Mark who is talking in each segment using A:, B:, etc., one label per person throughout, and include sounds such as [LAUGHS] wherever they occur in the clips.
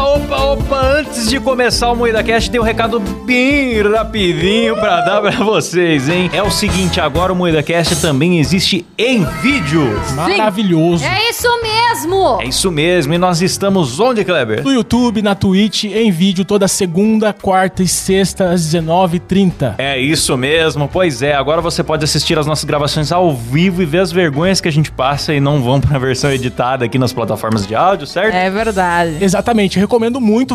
A: Opa, antes de começar o Moeda Cast, tem um recado bem rapidinho pra dar pra vocês, hein? É o seguinte, agora o Moeda Cast também existe em vídeo.
B: Maravilhoso.
C: É isso mesmo!
A: É isso mesmo, e nós estamos onde, Kleber?
B: No YouTube, na Twitch, em vídeo, toda segunda, quarta e sexta, às 19h30.
A: É isso mesmo, pois é. Agora você pode assistir as nossas gravações ao vivo e ver as vergonhas que a gente passa e não vão pra [LAUGHS] versão editada aqui nas plataformas de áudio, certo?
C: É verdade.
B: Exatamente, recomendo muito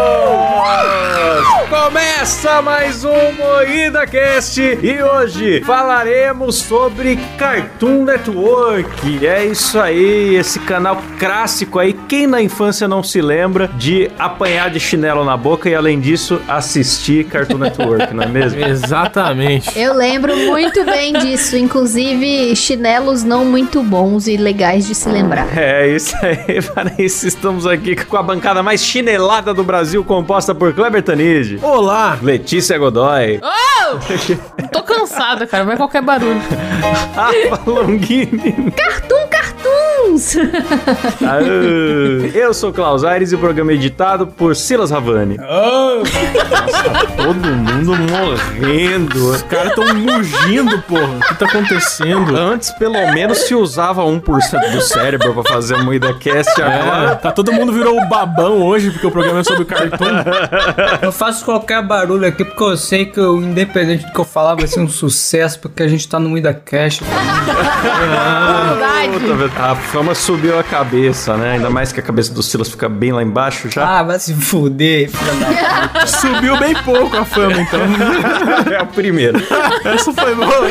A: Começa mais um Moída Cast e hoje falaremos sobre Cartoon Network. É isso aí, esse canal clássico aí. Quem na infância não se lembra de apanhar de chinelo na boca e além disso assistir Cartoon Network, não é
D: [LAUGHS]
A: mesmo?
D: Exatamente.
C: Eu lembro muito bem disso, inclusive chinelos não muito bons e legais de se lembrar.
A: É isso aí, [LAUGHS] para isso estamos aqui com a bancada mais chinelada do Brasil, composta por Kleber Tanid,
D: Olá!
A: Letícia Godoy,
E: Tô cansada, cara. Vai qualquer barulho.
A: Rafa Longini.
C: Cartoon Cartoons!
A: Ah, Eu sou Klaus Aires e o programa é editado por Silas Havani. Todo mundo morrendo.
D: Os caras tão mugindo, porra. O que tá
C: [LAUGHS]
D: acontecendo?
A: Antes, pelo menos, se usava 1% do cérebro pra fazer a moída cast
D: É,
A: agora.
D: tá todo mundo virou o babão hoje, porque o programa é sobre
C: [LAUGHS]
D: cartoon.
F: Eu faço qualquer barulho aqui porque eu sei que eu, independente do que eu falar, vai ser um sucesso, porque a gente tá no Muida Cash.
A: Puta, velho. a fama subiu a cabeça, né? Ainda mais que a cabeça do Silas fica bem lá embaixo já.
F: Ah, vai se fuder, filha da
D: Subiu bem pouco a fama, então.
A: É a primeira.
D: Essa foi boa.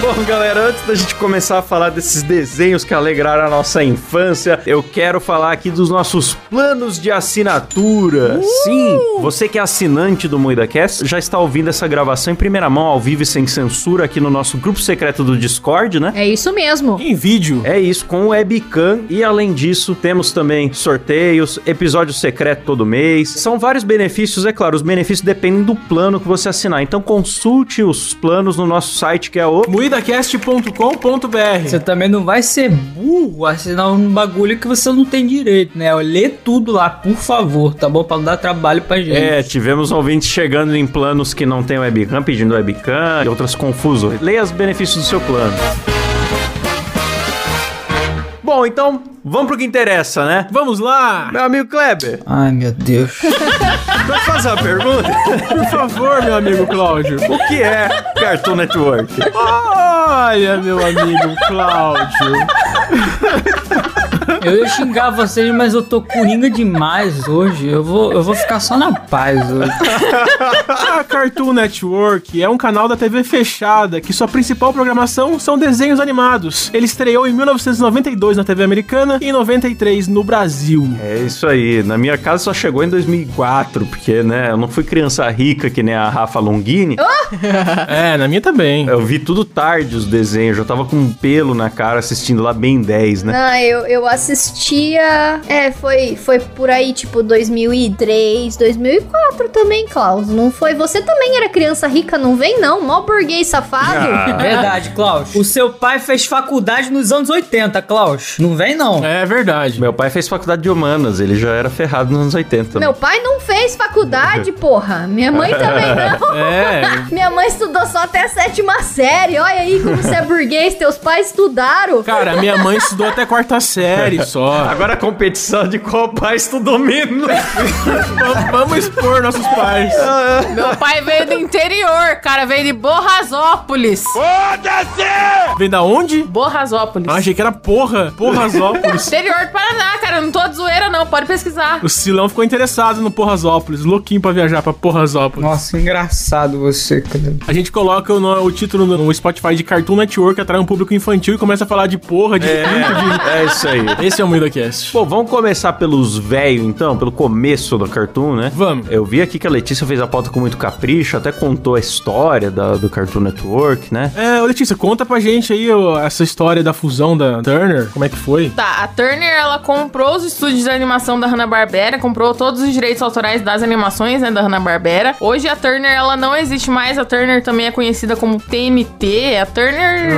A: Bom, galera, antes da gente começar a falar desses desenhos que alegraram a nossa infância, eu quero falar aqui dos nossos planos de assinatura.
D: Uh!
A: Sim, você que é assinante do MoidaCast já está ouvindo essa gravação em primeira mão, ao vivo e sem censura, aqui no nosso grupo secreto do Discord, né?
C: É isso mesmo.
D: Em vídeo.
A: É isso, com o webcam. E além disso, temos também sorteios, episódio secreto todo mês. São vários benefícios, é claro. Os benefícios dependem do plano que você assinar. Então consulte os planos no nosso site, que é o
F: Você
D: Muidacast.com.br
F: também não vai ser burro assinar um bagulho que você não tem direito, né? Lê tudo lá, por favor, tá bom? Pra não dar trabalho pra gente.
A: É, tivemos ouvintes chegando em planos que não tem webcam, pedindo webcam e outras confusões. Leia os benefícios do seu plano. Bom, então vamos pro que interessa, né?
D: Vamos lá!
A: Meu amigo Kleber,
F: Ai, meu Deus.
A: vou te fazer uma pergunta.
D: Por favor, meu amigo Cláudio.
A: [LAUGHS] O que é Cartoon Network?
D: Olha, meu amigo Cláudio.
F: Eu ia xingar vocês, mas eu tô coringa demais hoje. Eu vou, eu vou ficar só na paz hoje.
D: A Cartoon Network é um canal da TV fechada que sua principal programação são desenhos animados. Ele estreou em 1992 na TV americana e em 93 no Brasil.
A: É isso aí. Na minha casa só chegou em 2004, porque, né, eu não fui criança rica que nem a Rafa Longini.
D: É, na minha também.
A: Eu vi tudo tarde os desenhos, eu tava com um pelo na cara assistindo lá bem 10, né?
C: Não, Ah, eu, eu assistia. É, foi, foi por aí, tipo, 2003, 2004 também, Klaus. Não foi? Você também era criança rica, não vem, não? Mó burguês safado.
F: Verdade, Klaus. O seu pai fez faculdade nos anos 80, Klaus. Não vem, não.
D: É verdade.
A: Meu pai fez faculdade de humanas, ele já era ferrado nos anos né? 80. também.
C: Meu pai não fez faculdade, porra. Minha mãe também não.
D: É.
C: Minha mãe estudou só até a sétima série. Olha aí como você é burguês, teus pais estudaram.
D: Cara, minha mãe estudou até quarta série só.
A: Agora a competição de qual pai estudou menos.
D: Vamos- Então, Vamos expor nossos pais.
E: Meu pai veio do interior, cara, veio de Borrasópolis.
D: Vem da onde?
E: Borrasópolis.
D: Ah, achei que era porra. Porrazópolis.
E: Interior do Paraná, cara, eu não tô de zoeira não, pode pesquisar.
D: O Silão ficou interessado no Porrazópolis, louquinho pra viajar pra Porrazópolis.
F: Nossa, engraçado você, cara.
D: A gente coloca o, no- o título no Spotify de Cartoon Network, atrai um público infantil e começa a falar de porra, de
A: É, é isso aí.
D: [LAUGHS] Esse é o MuidaCast.
A: Pô, vamos começar pelos velhos, então, pelo começo do cartoon, né?
D: Vamos.
A: Eu vi aqui que a Letícia fez a pauta com muito capricho, até contou a história da- do Cartoon Network, né?
D: É, ô Letícia, conta pra gente aí ô, essa história da fusão da Turner, como é que foi?
E: Tá, a Turner, ela comprou os estúdios de animação da Hanna-Barbera, comprou todos os direitos autorais das animações, né, da Hanna-Barbera. Hoje a Turner, ela não existe mais, a Turner também é conhecida como TNT. A Turner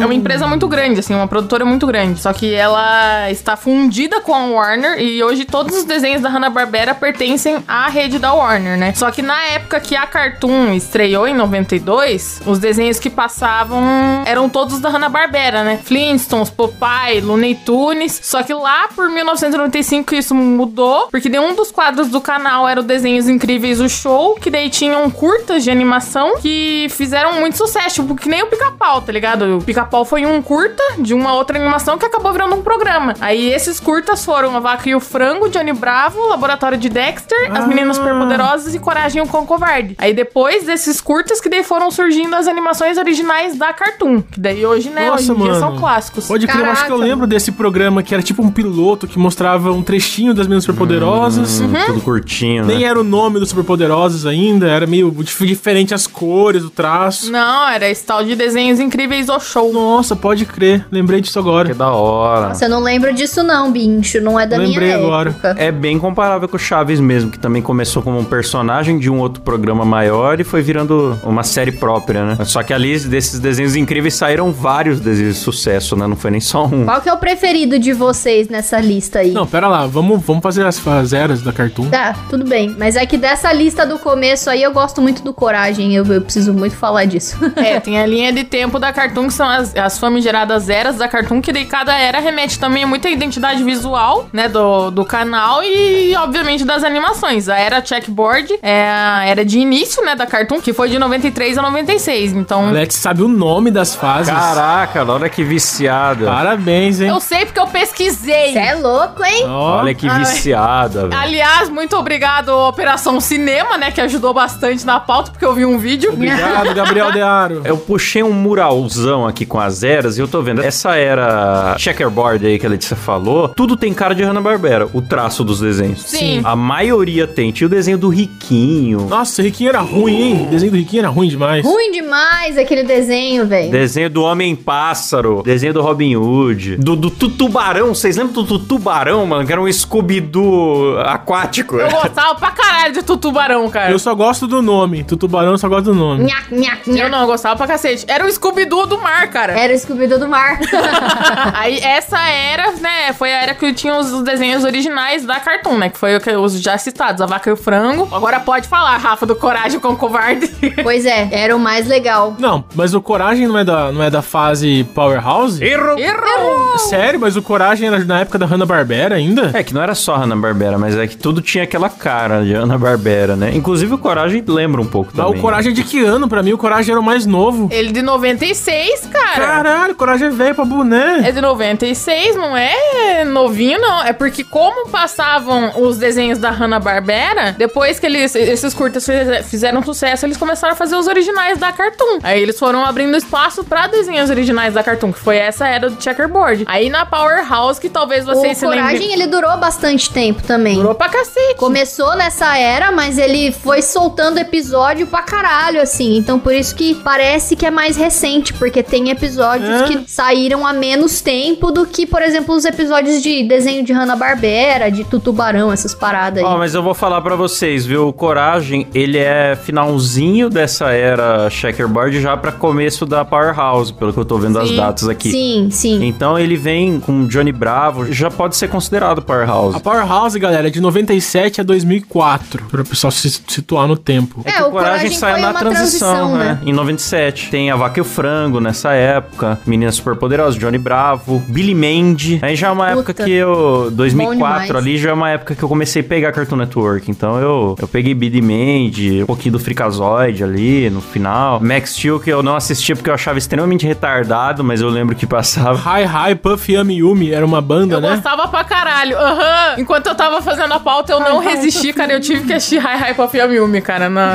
E: é uma empresa muito grande, assim, uma produtora muito grande. Só que ela está fundida com a Warner e hoje todos os desenhos da Hanna-Barbera pertencem à rede da Warner, né? Só que na época que a Cartoon estreou, em 92, os desenhos que passavam eram todos da Hanna-Barbera, né? Flintstones, Popeye, Looney Tunes. Só que lá por 1995 isso mudou, porque nenhum dos quadros do canal era o Desenhos Incríveis o Show, que daí tinham curtas de animação que fizeram muito sucesso, tipo, que nem o Pica-Pau, tá ligado? O Pica-Pau foi um curta de uma outra animação que acabou virando um programa. Aí esses curtas foram A Vaca e o Frango, Johnny Bravo, Laboratório de Dexter, As Meninas Superpoderosas e Coragem e o Cão Covarde. Aí depois desses curtas que daí foram surgindo as animações originais da Cartoon, que daí hoje, né,
D: Nossa,
E: hoje em dia
D: mano.
E: são clássicos.
D: Pode crer, eu acho que eu
C: Caraca.
D: lembro desse programa que era tipo um piloto que mostrava um trechinho das Meninas Superpoderosas.
A: Hum, Tudo curtinho, né?
D: Nem era o nome dos Superpoderosos ainda, era meio dif- diferente as cores, o traço.
E: Não, era esse tal de Desenhos Incríveis o Show.
D: Nossa, pode crer, lembrei disso
A: Que
D: agora.
A: da hora.
C: Nossa, eu não lembro disso não, bicho. Não é da
D: Lembrei
C: minha
D: agora.
C: época.
A: É bem comparável com o Chaves mesmo, que também começou como um personagem de um outro programa maior e foi virando uma série própria, né? Só que ali, desses desenhos incríveis, saíram vários desenhos de sucesso, né? Não foi nem só um.
C: Qual que é o preferido de vocês nessa lista aí?
D: Não, pera lá, vamos, vamos fazer as, as eras da Cartoon.
C: Tá, tudo bem. Mas é que dessa lista do começo aí eu gosto muito do Coragem. Eu, eu preciso muito falar disso.
D: [LAUGHS]
E: É, tem a linha de tempo da Cartoon, que são as, as famigeradas eras da Cartoon, que daí cada era remete também a muita identidade visual, né, do, do canal e, obviamente, das animações. A era checkboard é a era de início, né, da Cartoon, que foi de 93 a 96. Então,
D: Alex sabe o nome das fases.
A: Caraca, olha que viciada.
D: Parabéns, hein?
E: eu sei porque eu pesquisei.
C: Você é louco, hein?
D: Ó,
A: Olha que viciada, velho.
E: Aliás, muito obrigado Operação Cinema, né, que ajudou bastante na pauta, porque eu vi um vídeo.
D: Obrigado, Gabriel Dearo.
A: Eu puxei um muralzão aqui com as eras e eu tô vendo. Essa era checkerboard aí que a Letícia falou, tudo tem cara de Hanna-Barbera, o traço dos desenhos.
E: Sim.
A: A maioria tem. Tinha o desenho do Riquinho,
D: Nossa, o Riquinho era ruim, hein? O desenho do Riquinho era ruim demais.
C: Ruim demais aquele desenho, velho.
A: desenho do Homem-Pássaro, desenho do Robin Hood, do, do Tutubarão. Vocês lembram do Tutubarão, mano? Que era um Scooby-Doo aquático. [LAUGHS]
E: Eu gostava pra caralho de Tutubarão, cara.
D: Eu só gosto do nome. Tutubarão eu só gosto do nome.
C: Nhac, nhac,
E: Eu
C: nhac.
E: não, eu gostava pra cacete. Era o Scooby-Doo do mar, cara.
D: É.
C: Era o scooby do mar.
E: [LAUGHS]
C: [LAUGHS]
E: Aí essa era, né, foi a era que tinha os desenhos originais da Cartoon, né? Que foi o que- os já citados, a vaca e o frango. Agora pode falar, Rafa, do Coragem com o Covarde. [LAUGHS]
C: pois é, era o mais legal.
D: Não, mas o Coragem não é da, não é da fase Powerhouse?
A: Erro!
E: Errou!
D: Sério, mas o Coragem era na época da Hanna-Barbera ainda?
A: É que não era só Hanna-Barbera, mas é que tudo tinha aquela cara de Hanna-Barbera, né? Inclusive o Coragem lembra um pouco
D: Mas
A: também.
D: o Coragem é de que ano? Pra mim, o Coragem era o mais novo.
E: Ele de 96, cara.
D: Caralho, o Coragem é velho pra boné.
E: É de 96, não é novinho, não. É porque como passavam os desenhos da Hanna-Barbera, depois que eles, esses curtas fize- fizeram sucesso, eles começaram a fazer os originais da Cartoon. Aí eles foram abrindo espaço pra desenhos originais da Cartoon, que foi essa era do checkerboard. Aí na Powerhouse, que talvez vocês
C: o
E: se lembrem...
C: Coragem, ele durou bastante tempo também.
E: Durou pra cacete.
C: Começou nessa era, mas ele foi soltando episódio pra caralho, assim. Então, por isso que parece que é mais recente, porque tem episódios
D: É.
C: que saíram há menos tempo do que, por exemplo, os episódios de desenho de Hanna-Barbera, de Tutubarão, essas paradas aí.
A: Ó, mas eu vou falar pra vocês, viu? O Coragem, ele é finalzinho dessa era checkerboard já pra começo da Powerhouse, pelo que eu tô vendo as
E: Sim,
A: datas aqui.
C: Sim, sim.
A: Então ele vem com Johnny Bravo, já pode ser considerado
D: A
A: Powerhouse.
D: Powerhouse, galera, é de 97 a 2004. Pra o pessoal se se situar no tempo.
C: É,
A: que
C: o Coragem foi uma transição, né?
A: Em 97. Tem a Vaca e o Frango nessa época, Meninas Superpoderosas, Johnny Bravo, Billy Mandy. Aí já é uma
C: Puta.
A: época que eu. 2004
C: demais.
A: ali já é uma época que eu comecei a pegar Cartoon Network. Então eu, eu peguei Bid Mandy, um pouquinho do Frikazoid ali no final. Max Steel que eu não assistia porque eu achava extremamente retardado, mas eu lembro que passava. [LAUGHS]
D: Hi Hi Puff Yumi Yumi era uma banda,
E: Eu
D: né?
E: gostava pra caralho. Aham. Enquanto eu tava fazendo a pauta, eu não resisti, cara. Eu tive que assistir Hi Hi Puff Yum Yumi, cara, na,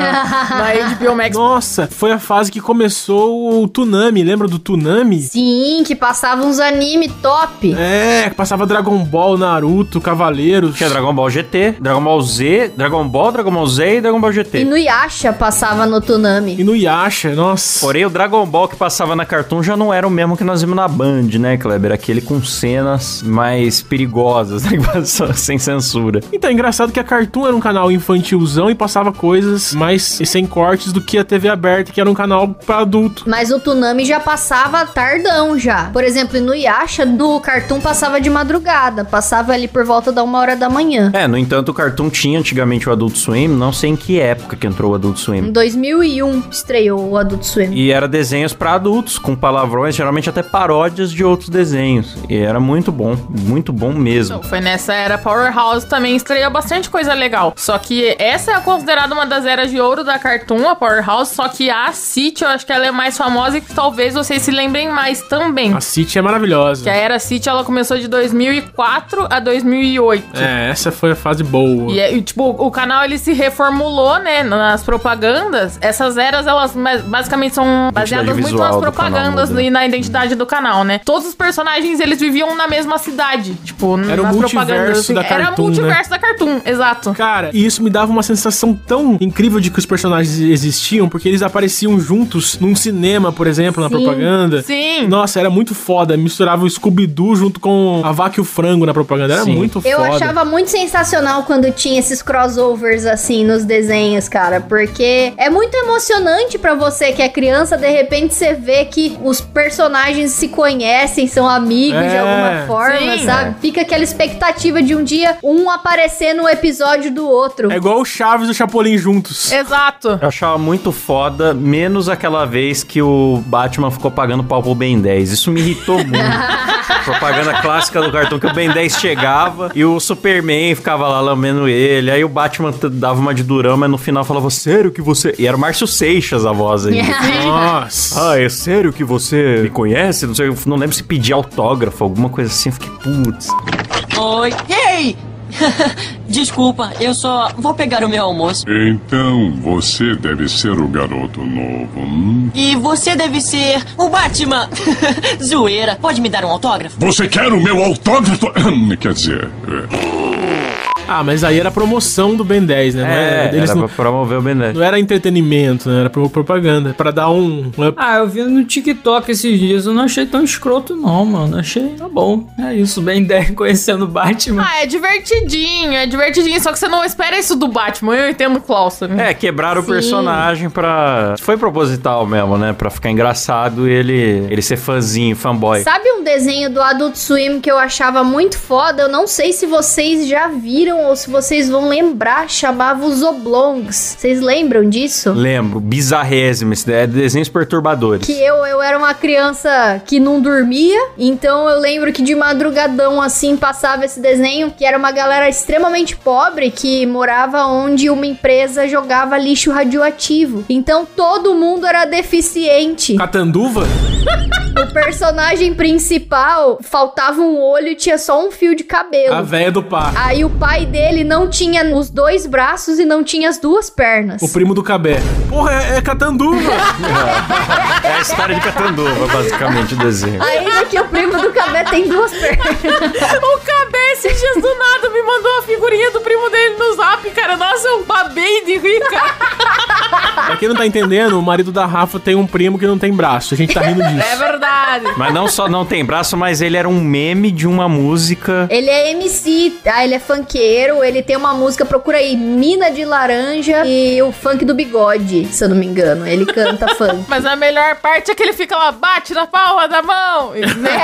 E: na HBO Max.
D: Nossa, foi a fase que começou o Tsunami, lembra do Tsunami?
C: Sim, que passava uns anime top.
D: É, que passava Dragon Ball, Naruto, Cavaleiros.
A: Tinha Dragon Ball GT, Dragon Ball Z, Dragon Ball, Dragon Ball Z e Dragon Ball GT.
C: E no Yasha passava no Tunami.
D: E no Yasha, nossa.
A: Porém, o Dragon Ball que passava na Cartoon já não era o mesmo que nós vimos na Band, né, Kleber? Aquele com cenas mais perigosas, [LAUGHS] né? que passava Sem censura.
D: Então, é engraçado que a Cartoon era um canal infantilzão e passava coisas mais sem cortes do que a TV aberta, que era um canal pra adulto.
C: Mas o Tunami já passava tardão já. Por exemplo, no Yasha, do Cartoon passava de madrugada. Passava ali por volta da uma hora da manhã.
A: É, no entanto, o Cartoon tinha antigamente o Adult Swim, não sei em que época que entrou o Adult
C: Em
A: Swim.
C: 2001 estreou o Adult Swim.
A: E era desenhos pra adultos, com palavrões, geralmente até paródias de outros desenhos. E era muito bom, muito bom mesmo.
E: Então, Foi nessa era Powerhouse também estreou bastante coisa legal. Só que essa é considerada uma das eras de ouro da Cartoon, a Powerhouse. Só que a City, eu acho que ela é mais famosa e que talvez vocês se lembrem mais também.
D: A City é maravilhosa.
E: Que a era City, ela começou de 2004 a 2008.
D: É, essa foi a fase boa.
E: E, é- e, tipo, o canal ele se reformulou, né, nas propagandas. Essas eras, elas ma- basicamente são baseadas muito
A: visual
E: nas
A: do
E: propagandas
A: canal muda.
E: e na identidade do canal, né? Todos os personagens, eles viviam na mesma cidade, tipo,
D: Era o
E: nas
D: multiverso
E: propagandas. assim.
D: da
E: Era
D: Cartoon, né?
E: o multiverso da Cartoon, exato.
D: Cara, e isso me dava uma sensação tão incrível de que os personagens existiam, porque eles apareciam juntos num cinema, por exemplo, na
C: Sim,
D: propaganda.
E: sim.
D: Nossa, era muito foda. Misturava o Scooby-Doo junto com a vaca e o frango na propaganda. Era
A: Sim.
D: muito
C: Eu
D: foda.
C: achava muito sensacional quando tinha esses crossovers assim nos desenhos, cara, porque é muito emocionante pra você que é criança, de repente você vê que os personagens se conhecem, são amigos de
D: É.
C: alguma forma,
E: Sim.
C: sabe? Fica aquela expectativa de um dia um aparecer no episódio do outro.
D: É igual o Chaves e o Chapolin
C: [LAUGHS]
D: juntos.
C: É.
E: Exato.
A: Eu achava muito foda, menos aquela vez que o Batman ficou pagando pau pro Ben 10. Isso me irritou muito. Propaganda clássica do cartão que o Ben 10 chegava e o Superman ficava lá lambendo ele. Aí o Batman t- dava uma de durão, mas no final falava: Sério que você. E era o Márcio Seixas a voz aí.
D: Nossa.
A: Ah, é sério que você me conhece? Não sei, eu não lembro se pedi autógrafo, alguma coisa assim. Eu fiquei, putz.
G: Oi. Ei! [LAUGHS] Desculpa, eu só vou pegar o meu almoço.
H: Então você deve ser o garoto novo. Hum?
G: E você deve ser o Batman. [LAUGHS] Zoeira, pode me dar um autógrafo?
H: Você quer o meu autógrafo? Hum, Quer dizer, é,
D: Ah, mas aí era a promoção do Ben 10, né? Não
A: É,
D: era, eles
A: era
D: não,
A: pra promover o Ben 10.
D: não era entretenimento, né? Era pro- propaganda. Pra dar um um up.
F: Ah, eu vi no TikTok esses dias, eu não achei tão escroto não, mano. Achei, tá bom. É isso, bem 10 [LAUGHS] conhecendo o Batman.
E: Ah, é divertidinho, é divertidinho, só que você não espera isso do Batman, eu entendo o Clausen.
A: É, quebraram o
C: Sim.
A: personagem pra. Foi proposital mesmo, né? Pra ficar engraçado e ele, ele ser fãzinho, fanboy.
C: Sabe um desenho do Adult Swim que eu achava muito foda? Eu não sei se vocês já viram ou se vocês vão lembrar, chamava os Oblongs. Vocês lembram disso?
A: Lembro, bizarrésimo, esse é desenhos perturbadores.
C: Que eu, eu era uma criança que não dormia, então eu lembro que de madrugadão assim passava esse desenho, que era uma galera extremamente pobre que morava onde uma empresa jogava lixo radioativo. Então todo mundo era deficiente.
D: Catanduva?
C: O personagem principal faltava um olho e tinha só um fio de
D: A
C: cabelo.
D: véia do par.
C: Aí o pai dele não tinha os dois braços e não tinha as duas pernas.
D: O primo do Cabé. Porra, é, é Catanduva!
A: É a história de Catanduva, basicamente, o desenho.
C: Ainda que o primo do Cabé tem duas pernas.
E: [LAUGHS] O Cabé esses dias do nada me mandou a figurinha do primo dele no zap, cara. Nossa, eu babei de rir, cara.
D: pra quem não tá entendendo, o marido da Rafa tem um primo que não tem braço. A gente tá rindo
E: É
C: [LAUGHS]
D: disso.
E: verdade.
A: Mas não só não tem braço, mas ele era um meme de uma música.
C: Ele é MC, tá? Ele é funkeiro, ele tem uma música, procura aí, Mina de Laranja e o funk do bigode, se eu não me engano. Ele canta funk.
E: Mas a melhor parte é que ele fica lá, bate na palma da mão. E, né?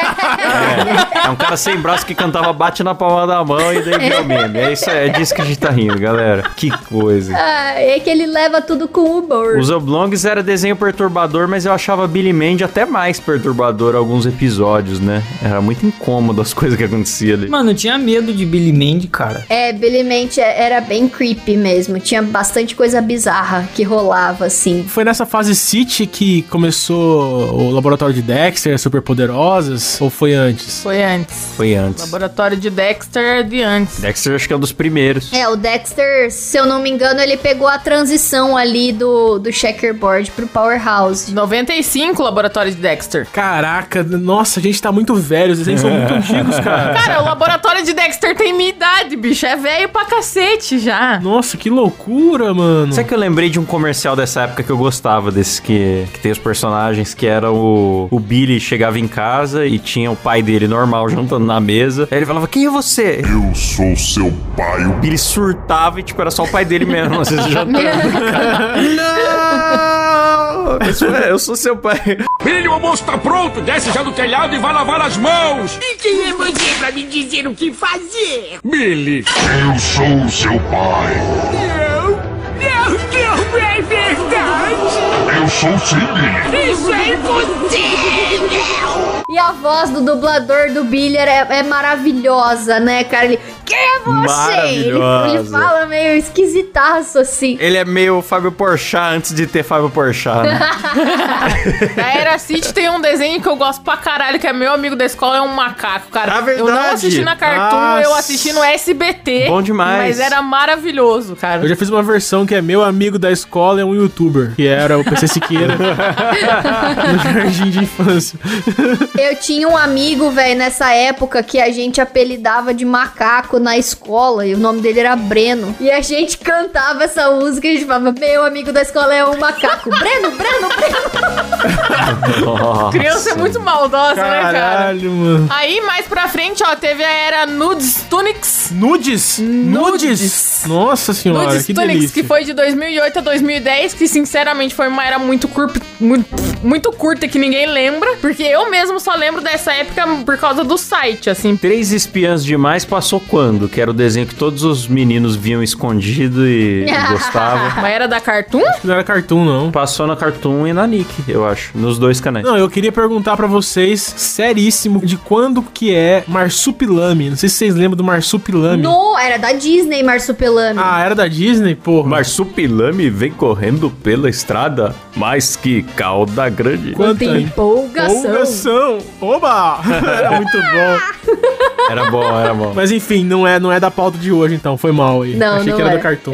A: É, é um cara sem braço que cantava bate na palma da mão e daí virou meme. É isso aí, é disso que a gente tá rindo, galera. Que coisa.
C: Ah, é que ele leva tudo com humor, perturbador.
A: Os Oblongs era desenho perturbador, mas eu achava Billy Mandy até mais perturbador alguns episódios, né? Era muito incômodo as [LAUGHS] coisas que aconteciam ali.
F: Mano, eu tinha medo de Billy Mandy, cara.
C: É, Billy Mandy era bem creepy mesmo. Tinha bastante coisa bizarra que rolava, assim.
D: Foi nessa fase City que começou o laboratório de Dexter, Superpoderosas, ou foi antes?
E: [LAUGHS] Foi antes.
A: Foi antes.
E: Laboratório de Dexter é de antes.
A: Dexter acho que é um dos primeiros.
C: É, o Dexter, se eu não me engano, ele pegou a transição ali do, do checkerboard pro Powerhouse.
E: 95, Laboratório de Dexter.
D: Caraca, nossa, a gente tá muito velho, os desenhos são
E: [LAUGHS]
D: muito antigos, cara.
E: Cara, o Laboratório de Dexter tem minha idade, bicho. É velho pra
D: [LAUGHS]
E: cacete já.
D: Nossa, que loucura, mano.
A: Sabe que eu lembrei de um comercial dessa época que eu gostava, desses que, que tem os personagens, que era o, o Billy chegava em casa e tinha o pai dele normal jantando na mesa. Aí ele falava, quem é você?
H: Eu sou seu pai, o
A: Billy surtava e, tipo, era só o pai dele mesmo, [LAUGHS] às vezes jantando. Não! Eu sou, eu sou seu pai.
I: Filho, o almoço tá pronto! Desce já do telhado e vai lavar as mãos!
J: E quem é você pra me dizer o que fazer?
I: Billy!
H: Eu sou seu pai.
J: Não, não, não é verdade!
H: Eu sou sim, Billy.
J: Isso é impossível!
C: E a voz do dublador do Billy é, é maravilhosa, né, cara? Ele. Quem é você? Ele,
A: Maravilhosa.
C: ele fala meio esquisitaço assim.
A: Ele é meio Fábio Porchat antes de ter Fábio Porchat, né?
E: Da Era City tem um desenho que eu gosto pra caralho, que é meu amigo da escola, é um macaco, cara.
A: Ah,
E: Eu não
A: verdade.
E: assisti na Cartoon,
A: Nossa.
E: eu assisti no SBT.
A: Bom demais.
E: Mas era maravilhoso, cara.
D: Eu já fiz uma versão que é meu amigo da escola é um youtuber, que era o PC
E: [LAUGHS]
D: Siqueira no jardim de infância.
C: Eu tinha um amigo, velho, nessa época que a gente apelidava de macaco na escola e o nome dele era Breno. E a gente cantava essa música e a gente falava: Meu amigo da escola é um macaco. [LAUGHS] Breno, Breno, Breno.
E: Criança é muito maldosa, né, cara?
D: Caralho, mano.
E: Aí, mais pra frente, ó, teve a era Nudes Tunics.
D: Nudes? Nudes? Nossa senhora,
E: Nudes
D: que
E: Tunics,
D: delícia.
E: que foi de 2008 a 2010, que sinceramente foi uma era muito, curp- muito, muito curta que ninguém lembra, porque eu mesmo só lembro dessa época por causa do site, assim.
A: [LAUGHS] Três Espiãs Demais passou quando? Que era o desenho que todos os meninos viam escondido e [LAUGHS] gostavam.
E: Uma era da Cartoon?
D: Não era cartoon, não.
A: Passou na Cartoon e na Nick, eu acho. Nos dois canais.
D: Não, eu queria perguntar pra vocês, seríssimo, de quando que é Marsupilami? Não sei se vocês lembram do Marsupilami.
C: No, era da Disney, Marsupilami.
D: Ah, era da Disney, porra.
A: Marsupilame vem correndo pela estrada, mas que cauda grande.
D: Quanta
C: Tem empolgação.
D: empolgação. Oba! [LAUGHS] era muito bom.
A: Era bom, era bom.
D: Mas enfim, não é, não é da pauta de hoje, então. Foi mal aí.
C: Não,
D: Achei
C: não
D: que era
C: é.
D: do cartoon.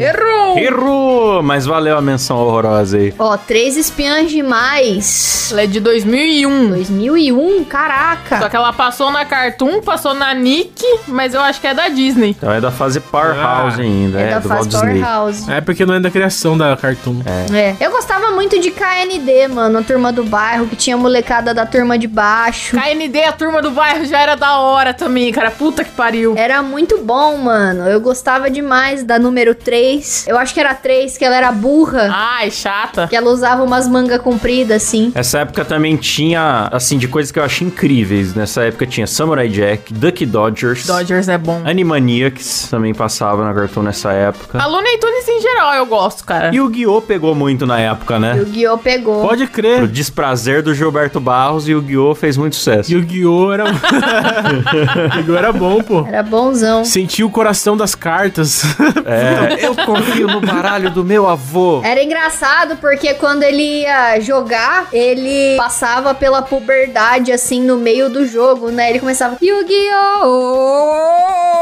A: [LAUGHS]
E: Errou!
A: Errou! Mas valeu a menção horrorosa aí.
C: Ó, Três Espiãs Demais.
E: Ela é de 2001.
C: 2001, caraca.
E: Só que ela passou na Cartoon, passou na Nick, mas eu acho que é da Disney.
A: Então é da fase Powerhouse
D: Ah.
A: ainda, é,
C: da
A: do Walt
C: fase
A: Disney.
C: Powerhouse.
D: É porque não é da criação da cartoon.
C: É. Eu gostava muito de KND, mano, a turma do bairro, que tinha a molecada da turma de baixo.
E: KND, a turma do bairro, já era da hora também, cara. Puta que pariu.
C: Era muito bom, mano. Eu gostava demais da número 3. Eu acho que era 3, que ela era burra,
E: Ai, chata.
C: que ela usava umas mangas compridas, assim.
A: Essa época também tinha, assim, de coisas que eu achei incríveis. Nessa época tinha Samurai Jack, Duck Dodgers,
E: Dodgers é bom.
A: Animaniacs também passava na Cartoon nessa época.
E: A Looney Tunes em geral eu gosto, cara.
A: E o Guiô pegou muito na época,
C: E
A: né?
C: o Guiô pegou.
D: Pode
A: O
D: crer.
A: desprazer do Gilberto Barros e o Guiô fez muito sucesso.
D: Yu-Gi-Oh! era... [LAUGHS] Yu-Gi-Oh! era bom, pô.
C: Era bonzão.
D: Senti o coração das cartas.
A: É, [LAUGHS] eu confio no baralho do meu avô.
C: Era engraçado porque quando ele ia jogar, ele passava pela puberdade, assim, no meio do jogo, né? Ele começava Yu-Gi-Oh!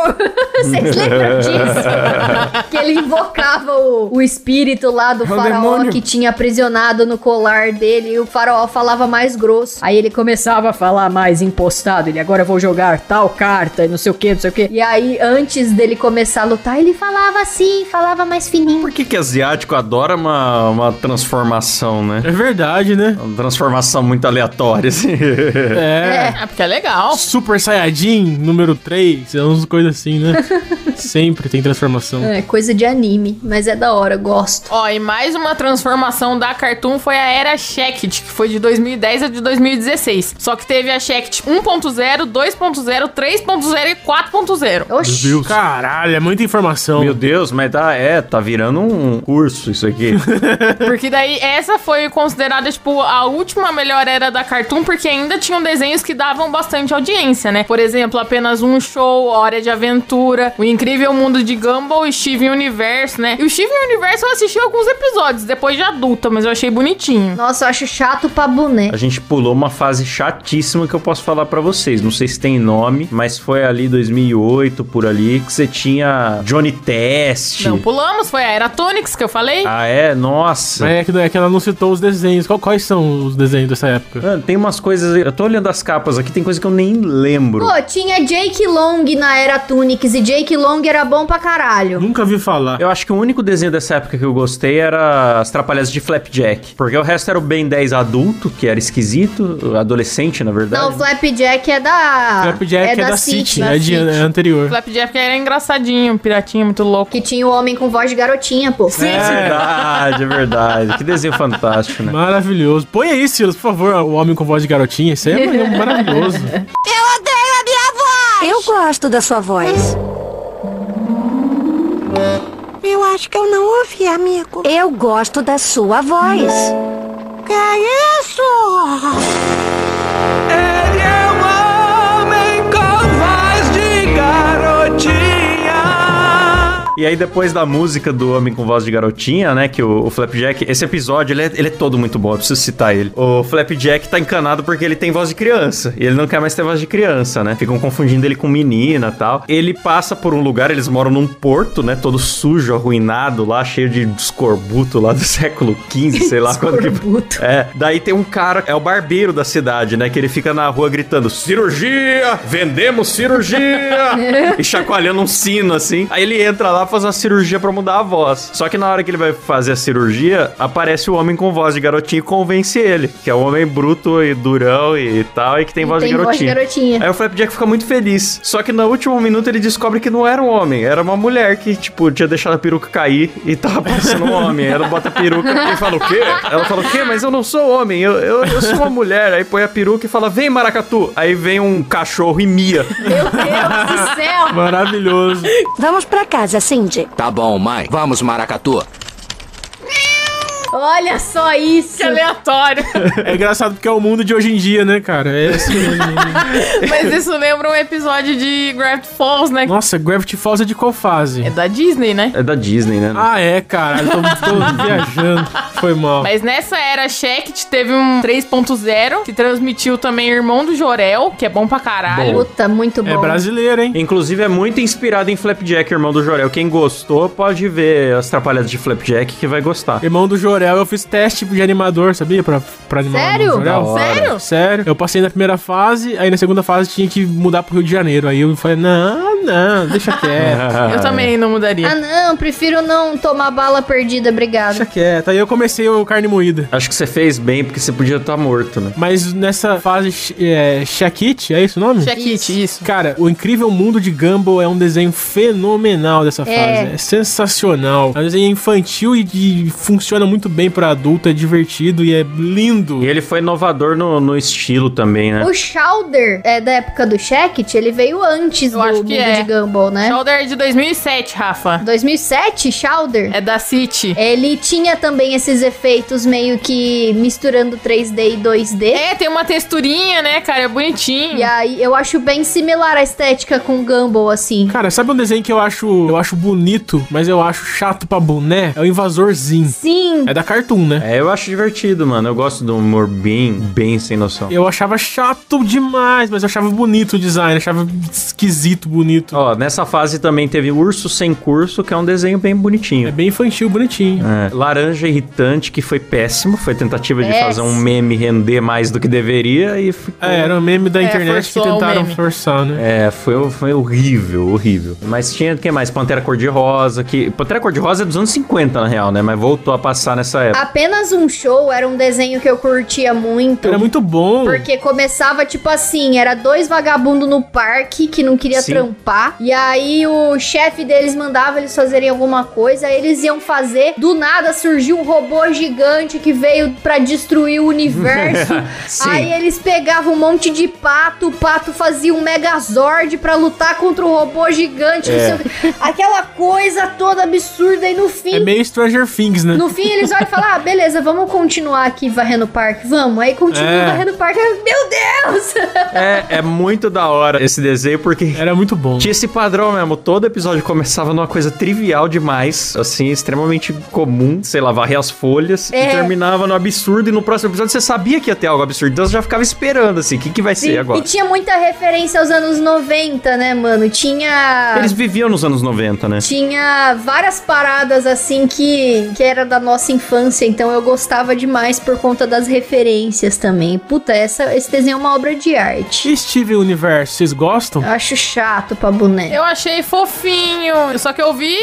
C: [LAUGHS] Vocês lembram disso? que ele invocava o, o espírito lá do faraó que tinha aprisionado no colar dele e o faraó falava mais grosso. Aí ele começava a falar mais impostado. Ele agora eu vou jogar tal carta, e não sei o que, não sei o que. E aí, antes dele começar a lutar, ele falava assim, falava mais fininho.
A: Por que que asiático adora uma, uma transformação, né?
D: É verdade, né?
A: Uma transformação muito aleatória, [LAUGHS] assim.
D: É.
E: É, porque é legal.
D: Super Saiyajin número 3, é umas coisas assim, né? Sempre tem transformação.
C: É, coisa de anime, mas é da hora, eu gosto.
E: Ó, e mais uma transformação da Cartoon foi a Era Shackit, um que foi de 2010 a de 2016. Só que teve a Shackit 1.0, 2.0, 3.0 3.0 e 4.0.
C: Oxi.
D: Caralho, é muita informação.
A: Meu Deus, mas tá, é, tá virando um curso isso aqui.
E: Porque daí essa foi considerada, tipo, a última melhor era da Cartoon, porque ainda tinham desenhos que davam bastante audiência, né? Por exemplo, apenas um show, A Hora de Aventura, O Incrível Mundo de Gumball e Steven Universo, né? E o Steven Universo eu assisti alguns episódios, depois de adulta, mas eu achei bonitinho.
C: Nossa, eu acho chato pra boné.
A: A gente pulou uma fase chatíssima que eu posso falar pra vocês. Não sei se tem nome, mas foi ali 2008, por ali, que você tinha Johnny Test.
E: Não, pulamos, foi a Era Tonics que eu falei.
A: Ah, é? Nossa.
D: Mas é que, é que ela não citou os desenhos. Qual- quais são os desenhos dessa época?
A: Mano, Ah, tem umas coisas. Eu tô olhando as capas aqui, tem coisa que eu nem lembro.
C: Pô, tinha Jake Long na era Tunics e Jake Long era bom pra caralho.
D: Nunca vi falar.
A: Eu acho que o único desenho dessa época que eu gostei era as trapalhadas de Flapjack. Porque o resto era o Ben 10 adulto, que era esquisito, adolescente, na verdade.
C: Não, o Flapjack é da.
D: Flapjack é, é da, City,
C: Ah, da
D: é, de, é
C: City.
D: anterior.
E: Flapjack era engraçadinho, piratinho, muito louco.
C: Que tinha o homem com voz de garotinha, pô.
A: É verdade, é verdade. Que desenho fantástico, né?
D: Maravilhoso. Põe aí, Silas, por favor, o homem com voz de garotinha. Isso aí é maravilhoso. maravilhoso.
J: Eu gosto da sua voz. Eu acho que eu não ouvi, amigo. Eu gosto da sua voz. Que é isso?
A: E aí, depois da música do Homem com Voz de Garotinha, né? Que o, o Flapjack. Esse episódio, ele é, ele é todo muito bom, eu preciso citar ele. O Flapjack tá encanado porque ele tem voz de criança. E ele não quer mais ter voz de criança, né? Ficam confundindo ele com menina e tal. Ele passa por um lugar, eles moram num porto, né? Todo sujo, arruinado lá, cheio de escorbuto lá do [LAUGHS] século XV, sei lá quando que.
C: Escorbuto.
A: [LAUGHS] É. Daí tem um cara, é o barbeiro da cidade, né? Que ele fica na rua gritando: cirurgia! Vendemos
C: [LAUGHS]
A: cirurgia! e chacoalhando um sino assim. Aí ele entra lá, faz uma cirurgia pra mudar a voz. Só que na hora que ele vai fazer a cirurgia, aparece o homem com voz de garotinho e convence ele, que é um homem bruto e durão e tal, e que tem
C: E
A: voz de
C: tem voz de
A: garotinho.
C: garotinha.
A: Aí o Flapjack fica muito feliz. Só que no último minuto ele descobre que não era um homem, era uma mulher que, tipo, tinha deixado a peruca cair e tava parecendo um homem. Ela bota a peruca e fala o quê? Ela fala o quê? Mas eu não sou homem, eu, eu, eu sou uma mulher. Aí põe a peruca e fala, vem maracatu. Aí vem um cachorro e mia.
C: Meu Deus do céu!
D: maravilhoso.
J: Vamos pra casa, Cindy.
I: Tá bom, mãe. Vamos, Maracatu.
C: Olha só isso!
E: Que aleatório.
D: É engraçado porque é o mundo de hoje em dia, né, cara? É assim mesmo.
E: Mas isso lembra um episódio de Gravity Falls, né?
D: Nossa, Gravity Falls é de qual fase?
E: É da Disney, né?
A: É da Disney, né?
D: Ah, é, cara. Eu tô, tô viajando. Foi mal.
E: Mas nessa era Shaq teve um 3.0 que transmitiu também Irmão do Jorel, que é bom pra caralho.
C: Puta, muito bom.
D: É brasileiro, hein?
A: Inclusive é muito inspirado em Flapjack, irmão do Jorel. Quem gostou pode ver as trapalhadas de Flapjack que vai gostar.
D: Irmão do Jorel, eu fiz teste de animador, sabia? Pra, pra animar
C: Sério?
D: o Jorel.
A: Da hora.
E: Sério?
D: Sério. Eu passei na primeira fase, aí na segunda fase tinha que mudar pro Rio de Janeiro. Aí eu falei, não, não, deixa
A: [LAUGHS]
D: quieto.
E: Eu também não mudaria.
C: Ah, não, prefiro não tomar bala perdida, obrigado.
D: deixa quieto. Aí eu comecei o Carne Moída.
A: Acho que você fez bem, porque você podia estar morto, né?
D: Mas nessa fase, é, Shakit, é esse o nome?
E: Shaq It, isso.
D: Cara, o Incrível Mundo de Gumball é um desenho fenomenal dessa fase.
C: É.
D: É sensacional. É um desenho infantil e de- funciona muito bem pra adulto, é divertido e é lindo.
A: E ele foi inovador no, no estilo também, né?
C: O Chowder é da época do Shacket, ele veio antes
E: Eu
C: do
E: acho
C: mundo
E: que é.
C: de Gumball, né?
E: Shoulder é de 2007, Rafa.
C: 2007, Chowder.
E: É da City.
C: Ele tinha também esses efeitos meio que misturando 3D e 2D.
E: É, tem uma texturinha, né, cara? É bonitinho.
C: E aí eu acho bem similar a estética com Gumball, assim.
D: Cara, sabe um desenho que eu acho, eu acho bonito, mas eu acho chato pra boné? É o Invasorzinho.
C: Sim,
D: É da Cartoon, né?
A: É, eu acho divertido, mano. Eu gosto do humor bem, bem sem noção.
D: Eu achava chato demais, mas eu achava bonito o design, achava esquisito, bonito.
A: Ó, nessa fase também teve Urso Sem Curso, que é um desenho bem
D: É
A: bonitinho.
D: bem infantil, bonitinho.
A: É. Laranja Irritante, que foi péssimo. Foi tentativa de
C: Péssimo.
A: fazer um meme render mais do que deveria e ficou...
D: É, era um meme da
E: É,
D: internet que
E: forçou o
D: tentaram
E: meme.
D: forçar, né?
A: É, foi, foi horrível, horrível. Mas tinha, o que mais? Pantera Cor-de-Rosa, que... Pantera Cor-de-Rosa é dos anos 50, na real, né? Mas voltou a passar nessa época.
C: apenas um show era um desenho que eu curtia muito.
D: Era muito bom.
C: Porque começava tipo assim, era dois vagabundos no parque que não queria
A: Sim.
C: limpar. E aí o chefe deles mandava eles fazerem alguma coisa, aí eles iam fazer. Do nada surgiu um robô gigante que veio pra destruir o universo.
A: [LAUGHS] Sim.
C: Aí eles pegavam um monte de pato, o pato fazia um megazord pra lutar contra o robô gigante. não
A: É.
C: sei o quê. Aquela coisa toda absurda e no fim
D: É meio Stranger Things, né?
C: no fim, eles olham e falam: Ah, beleza, vamos continuar aqui varrendo o parque, vamos. Aí continua
D: É.
C: varrendo o parque. Meu Deus!
A: É, é muito da hora esse desenho, porque
D: Era muito bom.
A: tinha esse padrão mesmo. Todo episódio começava numa coisa trivial demais, assim, extremamente comum, sei lá, varrer as folhas,
C: É.
A: e terminava no absurdo. E no próximo episódio você sabia que ia ter algo absurdo, então você já ficava esperando, assim, o que, que vai ser
C: E
A: agora?
C: tinha muita referência aos anos 90, né, mano? Tinha.
A: Eles viviam nos anos 90, né?
C: Tinha várias paradas assim que, que era da nossa infância, então eu gostava demais por conta das referências também. Puta, essa, esse desenho é uma obra de arte.
D: E Steven Universe, vocês gostam?
C: Eu acho chato pra boneco.
E: Eu achei fofinho. Só que eu vi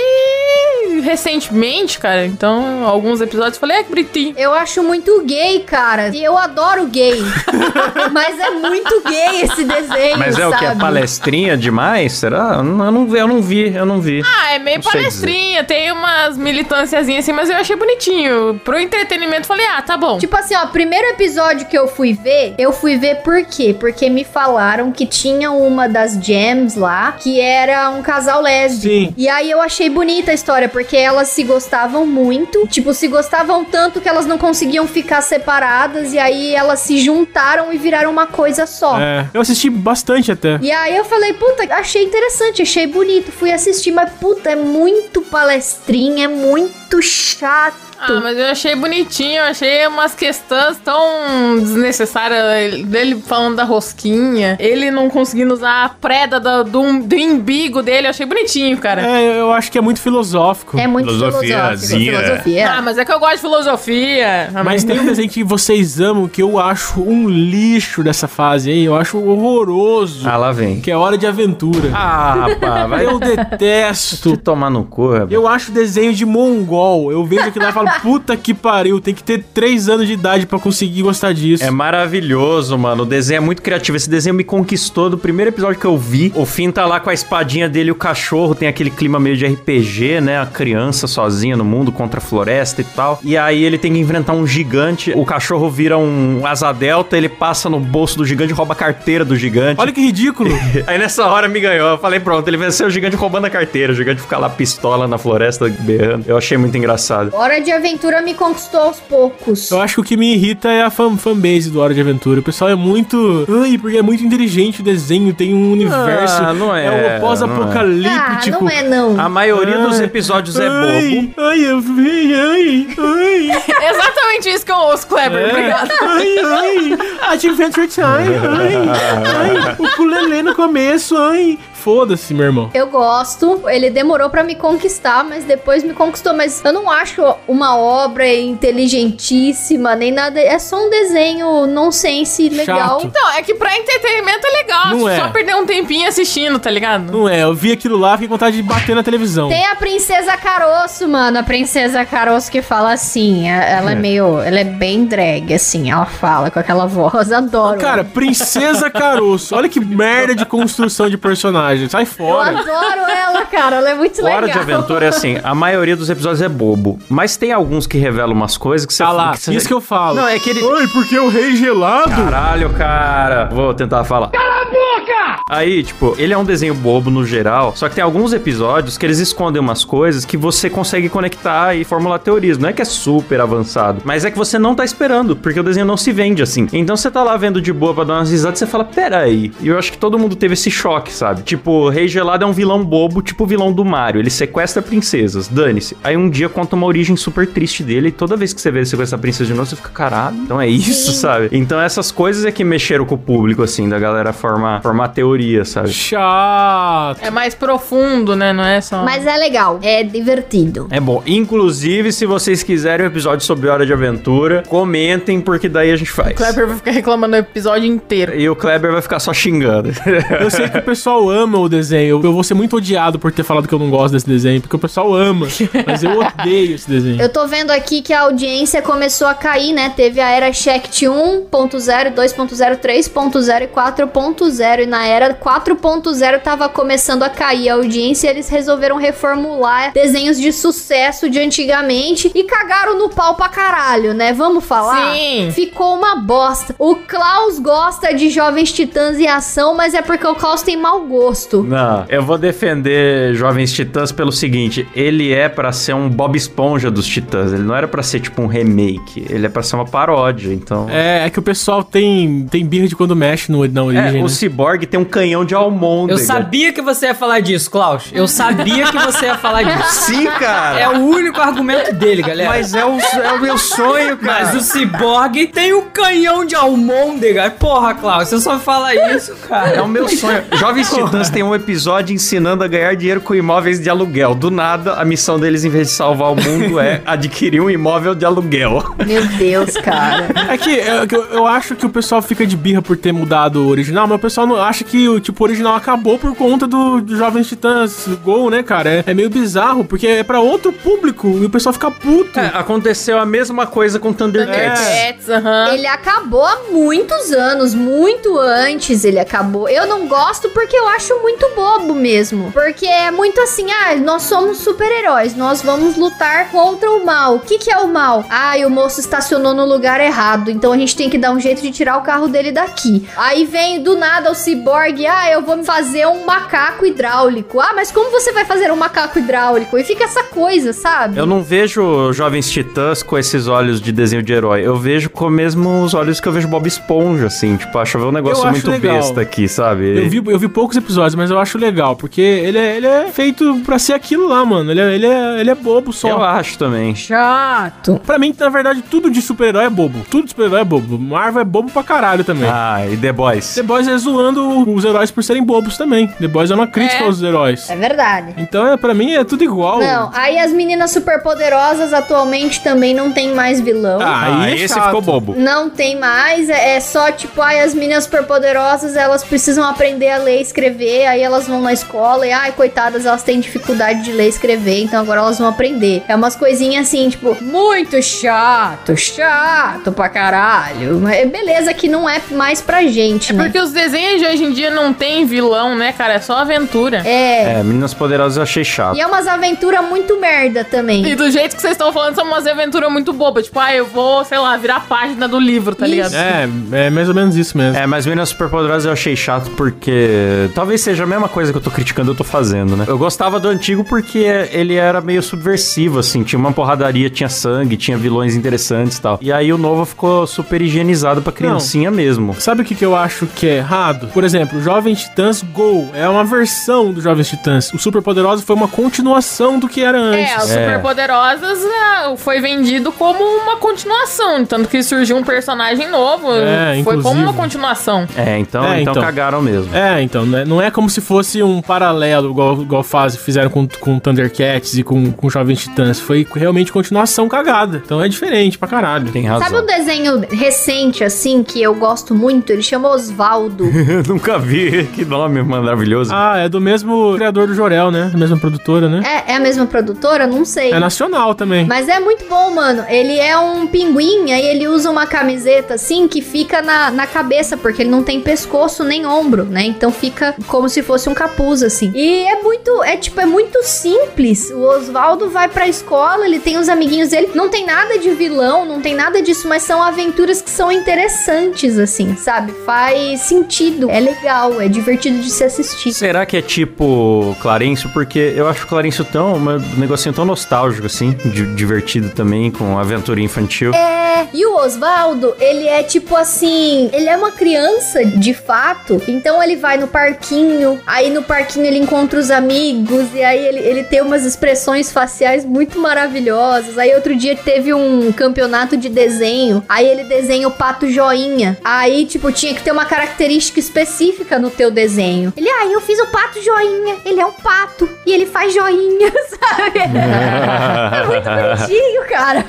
E: recentemente, cara. Então, alguns episódios eu falei, é que bonitinho.
C: Eu acho muito gay, cara. E eu adoro gay. [LAUGHS] Mas é muito gay esse desenho,
A: Mas é o que? É
C: sabe?
A: palestrinha demais? Será? Eu não, eu não vi, eu não vi, eu não vi.
E: Ah, é meio
A: Não sei
E: palestrinha, tem umas militânciazinhas assim, mas eu achei bonitinho. Pro entretenimento, eu falei, ah, tá bom.
C: Tipo assim, ó, primeiro episódio que eu fui ver, eu fui ver por quê? Porque me falaram que tinha uma das gems lá, que era um casal lésbico.
D: Sim.
C: E aí eu achei bonita a história, porque elas se gostavam muito. Tipo, se gostavam tanto que elas não conseguiam ficar separadas. E aí elas se juntaram e viraram uma coisa só.
D: É. Eu assisti bastante até.
C: E aí eu falei, puta, achei interessante, achei bonito. Fui assistir, mas puta, é muito palestrinha, é muito chato.
E: Ah, mas eu achei bonitinho, eu achei umas questões tão desnecessárias ele- dele falando da rosquinha, ele não conseguindo usar a preda do, do, do embigo dele, eu achei bonitinho, cara.
D: É, eu- eu acho que é muito filosófico.
C: É muito filosófico.
A: Filosofiazinha.
C: Filosofia.
E: Ah, mas é que eu gosto de filosofia. Ah,
D: Mas tem um desenho que vocês amam que eu acho um lixo dessa fase aí. Eu acho horroroso.
A: Ah, lá vem.
D: Que é Hora de Aventura.
A: Ah, pá,
C: [LAUGHS]
A: vai
D: Eu
A: te
D: detesto.
A: tomar no cu, rapaz.
D: Eu acho desenho de mongol. Eu vejo aquilo lá e falo, [LAUGHS] puta que pariu, tem que ter 3 anos de idade pra conseguir gostar disso.
A: É maravilhoso, mano. O desenho é muito criativo. Esse desenho me conquistou do primeiro episódio que eu vi. O Finn tá lá com a espadinha dele e o cachorro. Tem aquele clima meio de RPG, né? A criança sozinha no mundo contra a floresta e tal. E aí ele tem que enfrentar um gigante. O cachorro vira um asa delta. Ele passa no bolso do gigante e rouba a carteira do gigante.
D: Olha que ridículo.
A: [LAUGHS] Aí nessa hora me ganhou. Eu falei, pronto, ele venceu o gigante roubando a carteira. O gigante fica lá pistola na floresta berrando. Eu achei muito engraçado.
C: Hora de Aventura me conquistou aos poucos.
D: Eu acho que o que me irrita é a fan, fanbase do Hora de Aventura. O pessoal é muito. Ai, porque é muito inteligente o desenho, tem um universo.
A: não é,
D: É o
C: ah,
D: pós-apocalíptico.
C: não é não.
A: tipo, A maioria dos episódios é bobo.
D: Ai, ai, eu vi, ai, ai,
E: é [LAUGHS] Exatamente isso que eu ouço, Kleber.
D: é,
E: Obrigado.
D: ai, ai, Adventure Time, ai, ai, o pulelê no começo, ai. Foda-se, meu irmão.
C: Eu gosto, ele demorou pra me conquistar, mas depois me conquistou. Mas eu não acho uma obra inteligentíssima, nem nada. É só um desenho nonsense legal.
D: Chato.
E: Então, é que pra entretenimento é legal,
D: Não
E: tipo,
D: é.
E: só perder um tempinho assistindo, tá ligado?
D: Não é, eu vi aquilo lá, fiquei com vontade de bater na televisão.
C: Tem a Princesa Caroço, mano. A Princesa Caroço que fala assim. a- Ela é, meio. Ela é bem drag, assim. Ela fala com aquela voz. [LAUGHS] Adoro.
D: Cara, Princesa Caroço, olha que merda de construção de personagem, sai
C: eu
D: fora.
C: adoro ela, cara. Ela é muito
A: Hora de
C: legal.
A: Aventura é assim, a maioria dos episódios é bobo, mas tem alguns que revelam umas coisas que você...
D: Tá lá,
A: que você-
D: isso que eu falo.
A: Não, é que ele...
D: Oi, porque o rei gelado?
A: Caralho, cara. Vou tentar falar. Cala a boca! Aí, tipo, ele é um desenho bobo no geral, só que tem alguns episódios que eles escondem umas coisas que você consegue conectar e formular teorias. Não é que é super avançado, mas é que você não tá esperando, porque o desenho não se vende assim. Então você tá lá vendo de boa pra dar umas risadas e você fala, peraí. E eu acho que todo mundo teve esse choque, sabe? Tipo, o Rei Gelado é um vilão bobo, tipo o vilão do Mario. Ele sequestra princesas, dane-se. Aí um dia conta uma origem super triste dele e toda vez que você vê ele sequestrar a princesa de novo, você fica, caralho, então é isso, sabe? Então essas coisas é que mexeram com o público, assim, da galera formar, formar teoria, sabe?
D: Chato.
E: É mais profundo, né? Não é só.
C: Mas é legal. É divertido.
A: É bom. Inclusive, se vocês quiserem um episódio sobre Hora de Aventura, comentem, porque daí a gente faz.
E: O Kleber vai ficar reclamando o episódio inteiro.
A: E o Kleber vai ficar só xingando. [LAUGHS]
D: Eu sei que o pessoal ama o desenho. Eu vou ser muito odiado por ter falado que eu não gosto desse desenho, porque o pessoal ama. Mas eu odeio esse desenho.
C: Eu tô vendo aqui que a audiência começou a um cair, né? Teve a era Shact 1.0, 2.0, 3.0 e 4.0. E na era temporada 4.0 tava começando a cair a audiência, eles resolveram reformular desenhos de sucesso de antigamente e cagaram no pau pra caralho, né? Vamos falar?
E: Sim.
C: Ficou uma bosta. O Klaus gosta de jovens titãs e ação, mas é porque o Klaus tem mau gosto.
A: Não, eu vou defender Jovens Titãs pelo seguinte: ele é pra ser um Bob Esponja dos Titãs. Ele não era pra ser tipo um remake. Ele é pra ser uma paródia. Então.
D: É, é que o pessoal tem, tem birra de quando mexe no, na origem.
A: É,
D: né?
A: o Cyborg tem um canhão de almôndega.
F: Eu sabia que você ia falar disso, Klaus. Eu sabia que você ia falar disso.
A: [LAUGHS] Sim, cara.
F: É o único argumento dele, galera.
A: Mas é o, é o meu sonho, cara.
F: Mas o Cyborg tem um canhão de almôndega. Porra, Klaus, você só fala isso, cara.
A: É o meu sonho. Jovens Titãs tem um episódio ensinando a ganhar dinheiro com imóveis de aluguel. Do nada, a missão deles, em vez de salvar o mundo, [LAUGHS] é adquirir um imóvel de aluguel.
C: Meu Deus, cara.
D: É que é que eu, eu acho que o pessoal fica de birra por ter mudado o original, mas o pessoal não acha que o tipo o original acabou por conta do, do Jovens Titãs Gol, né, cara? É, é meio bizarro, porque é pra outro público e o pessoal fica puto.
A: É, aconteceu a mesma coisa com
D: É.
A: Thundercats.
E: Cats, aham.
C: Ele acabou há muitos anos, muito antes ele acabou. Eu não gosto porque eu acho muito bobo mesmo. Porque é muito assim, ah, nós somos super-heróis, nós vamos lutar contra o mal. O que, que é o mal? Ah, e o moço estacionou no lugar errado, então a gente tem que dar um jeito de tirar o carro dele daqui. Aí vem do nada o ciborgue, ah, eu vou fazer um macaco hidráulico. Ah, mas como você vai fazer um macaco hidráulico? E fica essa coisa, sabe?
A: Eu não vejo Jovens Titãs com esses olhos de desenho de herói. Eu vejo com mesmo os olhos que eu vejo Bob Esponja, assim. Tipo, acho um negócio
D: Eu acho
A: muito
D: legal.
A: besta aqui, sabe?
D: Eu vi, eu vi poucos episódios, mas eu acho legal, porque ele é, ele é feito pra ser aquilo lá, mano. Ele é, ele é, ele é bobo só.
A: Eu acho também.
G: Chato.
D: Pra mim, na verdade, tudo de super-herói é bobo. Tudo de super-herói é bobo. Marvel é bobo pra caralho também.
A: Ah, e The Boys.
D: The Boys é zoando os heróis por serem bobos também. The Boys é uma crítica
E: É.
D: aos heróis.
C: É verdade.
D: Então, é, pra mim, é tudo igual.
C: Não, aí as meninas superpoderosas atualmente também não tem mais vilão.
D: Ah,
A: Ah,
D: aí é
A: esse
D: chato.
A: ficou bobo.
C: Não tem mais, é, é só tipo, ai, as meninas superpoderosas, elas precisam aprender a ler e escrever, aí elas vão na escola e, ai, coitadas, elas têm dificuldade de ler e escrever, então agora elas vão aprender. É umas coisinhas assim, tipo, muito chato, chato pra caralho. Mas Beleza que não é mais pra gente, né?
E: É Porque os desenhos de hoje em dia não tem vilão, né, cara? É só aventura.
C: É.
A: É, Meninas Poderosas eu achei chato.
C: E é umas aventuras muito merda
E: E
C: também.
E: do jeito que vocês estão falando, são umas aventuras muito bobas. Tipo, ah, eu vou, sei lá, virar a página do livro, tá
C: Isso.
E: ligado?
D: É, é mais ou menos isso mesmo.
A: É, mas Meninas Superpoderosas eu achei chato porque talvez seja a mesma coisa que eu tô criticando, eu tô fazendo, né? Eu gostava do antigo porque ele era meio subversivo, assim, tinha uma porradaria, tinha sangue, tinha vilões interessantes e tal. E aí o novo ficou super higienizado pra criancinha mesmo.
D: Sabe o que, que eu acho que é errado? Por exemplo, Jovens Titãs Go é uma versão do Jovens Titãs. O Super Poderoso foi uma continuação do que era
E: É,
D: antes.
E: as Superpoderosas é, foi vendido como uma continuação. Tanto que surgiu um personagem novo.
D: É,
E: foi como uma
D: inclusive.
E: continuação.
A: É, então,
D: É,
A: então,
D: então.
A: cagaram mesmo.
D: É, então, né? não é como se fosse um paralelo, igual, igual faz, fizeram com, com Thundercats e com, com Jovens Titãs. Foi realmente continuação cagada. Então é diferente pra caralho.
A: Tem razão.
C: Sabe um desenho recente, assim, que eu gosto muito? Ele chama Osvaldo.
A: [LAUGHS] Eu nunca vi. Que nome maravilhoso.
D: Ah, é do mesmo criador do Jorel, né? Da mesma produtora, né?
C: é, é a mesma produtora? Não sei.
D: É nacional também.
C: Mas é muito bom, mano. Ele é um pinguim, aí ele usa uma camiseta assim que fica na, na cabeça, porque ele não tem pescoço nem ombro, né? Então fica como se fosse um capuz, assim. E é muito, é tipo, é muito simples. O Oswaldo vai pra escola, ele tem os amiguinhos dele. Não tem nada de vilão, não tem nada disso, mas são aventuras que são interessantes, assim, sabe? Faz sentido. É legal, é divertido de se assistir.
A: Será que é tipo Clarencio? Porque eu acho o Clarencio tão, uma- um negocinho tão nostálgico, assim, di- divertido também, com aventura infantil.
C: É. E o Oswaldo, ele é tipo assim, ele é uma criança de fato, então ele vai no parquinho, aí no parquinho ele encontra os amigos, e aí ele, ele tem umas expressões faciais muito maravilhosas. Aí outro dia teve um campeonato de desenho, aí ele desenha o pato joinha. Aí, tipo, tinha que ter uma característica específica no teu desenho. Ele, ah, eu fiz o pato joinha, ele é um pato, e ele faz joinha, [LAUGHS] sabe? é muito bonitinho, cara.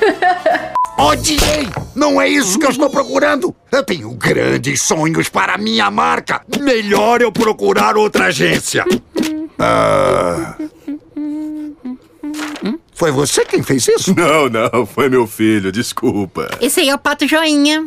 I: Odiei! Não é isso que eu estou procurando! Eu tenho grandes sonhos para minha marca! Melhor eu procurar outra agência! Ah. Foi você quem fez isso?
H: Não, não, foi meu filho, desculpa.
J: Esse aí é o pato joinha.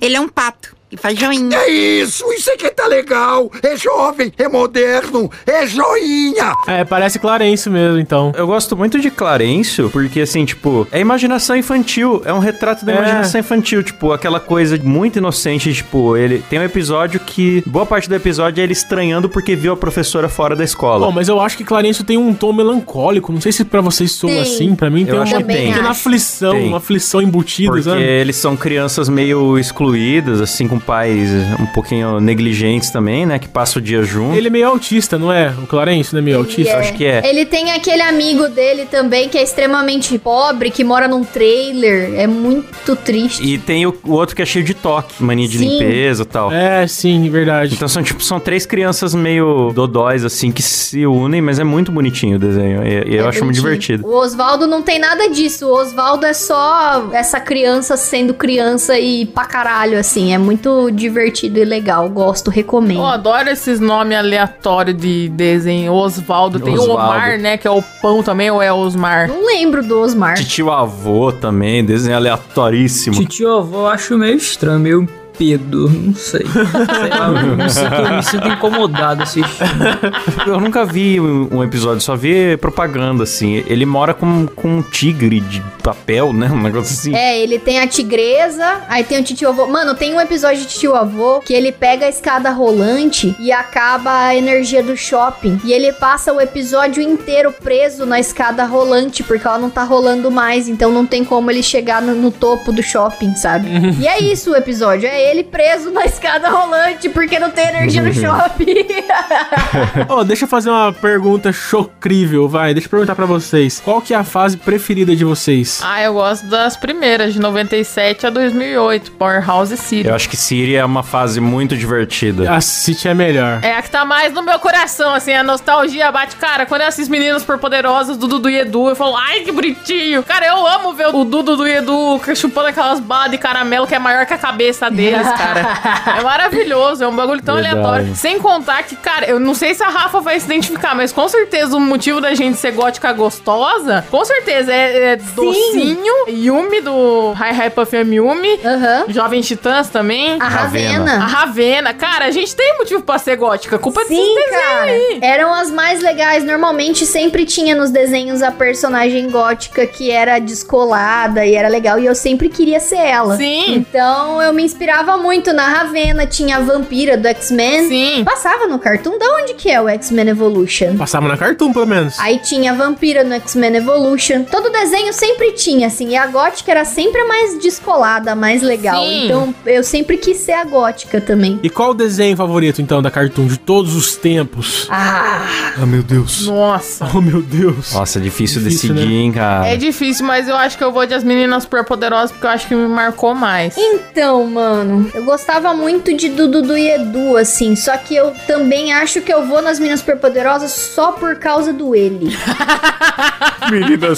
J: Ele é um pato. E faz joinha.
I: É isso, isso é que tá legal. É jovem, é moderno, é joinha.
D: É, parece Clarence mesmo, então.
A: Eu gosto muito de Clarencio, porque assim, tipo, é imaginação infantil. É um retrato da
D: É.
A: imaginação infantil. Tipo, aquela coisa muito inocente, tipo, ele tem um episódio que. Boa parte do episódio é ele estranhando porque viu a professora fora da escola.
D: Bom, mas eu acho que Clarence tem um tom melancólico. Não sei se pra vocês soa
C: Tem.
D: assim. Pra mim
A: Eu
D: tem
A: acho
D: uma
A: que tem.
D: pequena aflição,
A: Tem.
D: uma aflição embutida,
A: Porque
D: sabe?
A: eles são crianças meio excluídas, assim, com pais um pouquinho negligentes também, né? Que passam o dia junto.
D: Ele é meio autista, não é? O Clarence não é meio autista?
A: é. Acho que é.
C: Ele tem aquele amigo dele também que é extremamente pobre, que mora num trailer. É muito triste.
A: E tem o, o outro que é cheio de toque, mania de
C: Sim.
A: limpeza e tal.
D: É, sim, verdade.
A: Então são, tipo, são três crianças meio dodóis, assim, que se unem, mas é muito bonitinho o desenho. E, e eu
C: É
A: acho muito
C: bonitinho.
A: divertido.
C: O Oswaldo não tem nada disso. O Oswaldo é só essa criança sendo criança e pra caralho, assim. É muito divertido e legal. Gosto, recomendo.
E: Eu adoro esses nomes aleatórios de desenho. Osvaldo, tem o
A: Osvaldo.
E: Omar, né? Que é o pão também, ou é Osmar?
C: Não lembro do Osmar.
A: Titio avô também, desenho aleatoríssimo.
F: Titio avô eu acho meio estranho, meio pedo, não sei. sei lá, eu me sinto, eu me sinto incomodado assistindo.
A: Eu nunca vi um um episódio, só vi propaganda, assim. Ele mora com, com um tigre de papel, né? Um negócio assim.
C: É, ele tem a tigresa, aí tem o titio avô. Mano, tem um episódio de titio avô que ele pega a escada rolante e acaba a energia do shopping. E ele passa o episódio inteiro preso na escada rolante, porque ela não tá rolando mais, então não tem como ele chegar no, no topo do shopping, sabe? e é isso o episódio, é ele preso na escada rolante, porque não tem energia no shopping. [LAUGHS]
D: Ó, deixa eu fazer uma pergunta chocrível, vai. Deixa eu perguntar pra vocês. Qual que é a fase preferida de vocês?
E: Ah, eu gosto das primeiras, de 97 a 2008, Powerhouse City.
A: Eu acho que Siri é uma fase muito divertida.
D: A City é melhor.
E: É a que tá mais no meu coração, assim, a nostalgia bate. Cara, quando eu assisto Meninos Superpoderosos do Dudu e Edu, eu falo, ai, que bonitinho. Cara, eu amo ver o Dudu Dudu e Edu chupando aquelas balas de caramelo que é maior que a cabeça deles, cara. é maravilhoso, é um bagulho tão
A: Verdade.
E: aleatório. Sem contar que, cara, eu não sei se a Rafa vai se identificar, mas com certeza o motivo da gente ser gótica gostosa, com certeza é, é docinho, Yumi do Hi Hi Puff Yum Yumi,
C: Aham.
E: Jovem Titãs também.
C: A
A: Ravena.
C: Ravena.
E: A Ravena, cara, a gente tem motivo pra ser gótica. A culpa é
C: Sim,
E: desses desenhos
C: cara.
E: aí.
C: Eram as mais legais. Normalmente sempre tinha nos desenhos a personagem gótica que era descolada e era legal. E eu sempre queria ser ela.
E: Sim,
C: Então eu me inspirava muito na Ravena. Tinha a vampira do X-Men.
E: sim.
C: Passava no cartoon. Da onde que é o X-Men Evolution?
D: Passava na Cartoon, pelo menos.
C: Aí tinha a vampira no X-Men Evolution. Todo desenho sempre tinha, assim. E a gótica era sempre a mais descolada, a mais legal.
E: Sim.
C: Então eu sempre quis ser a gótica também.
D: E qual o desenho favorito, então, da Cartoon de todos os tempos? Ah, meu Deus.
E: Nossa.
D: [LAUGHS] Oh, meu Deus.
A: Nossa, é difícil,
D: Difícil,
A: decidir, hein, cara.
E: É difícil, mas eu acho que eu vou de As Meninas Superpoderosas porque eu acho que me marcou mais.
C: Então, mano, eu gostava muito de Dudu do Edu, assim. Só que eu também acho que eu vou nas Minas Superpoderosas só por causa do ele.
I: Menina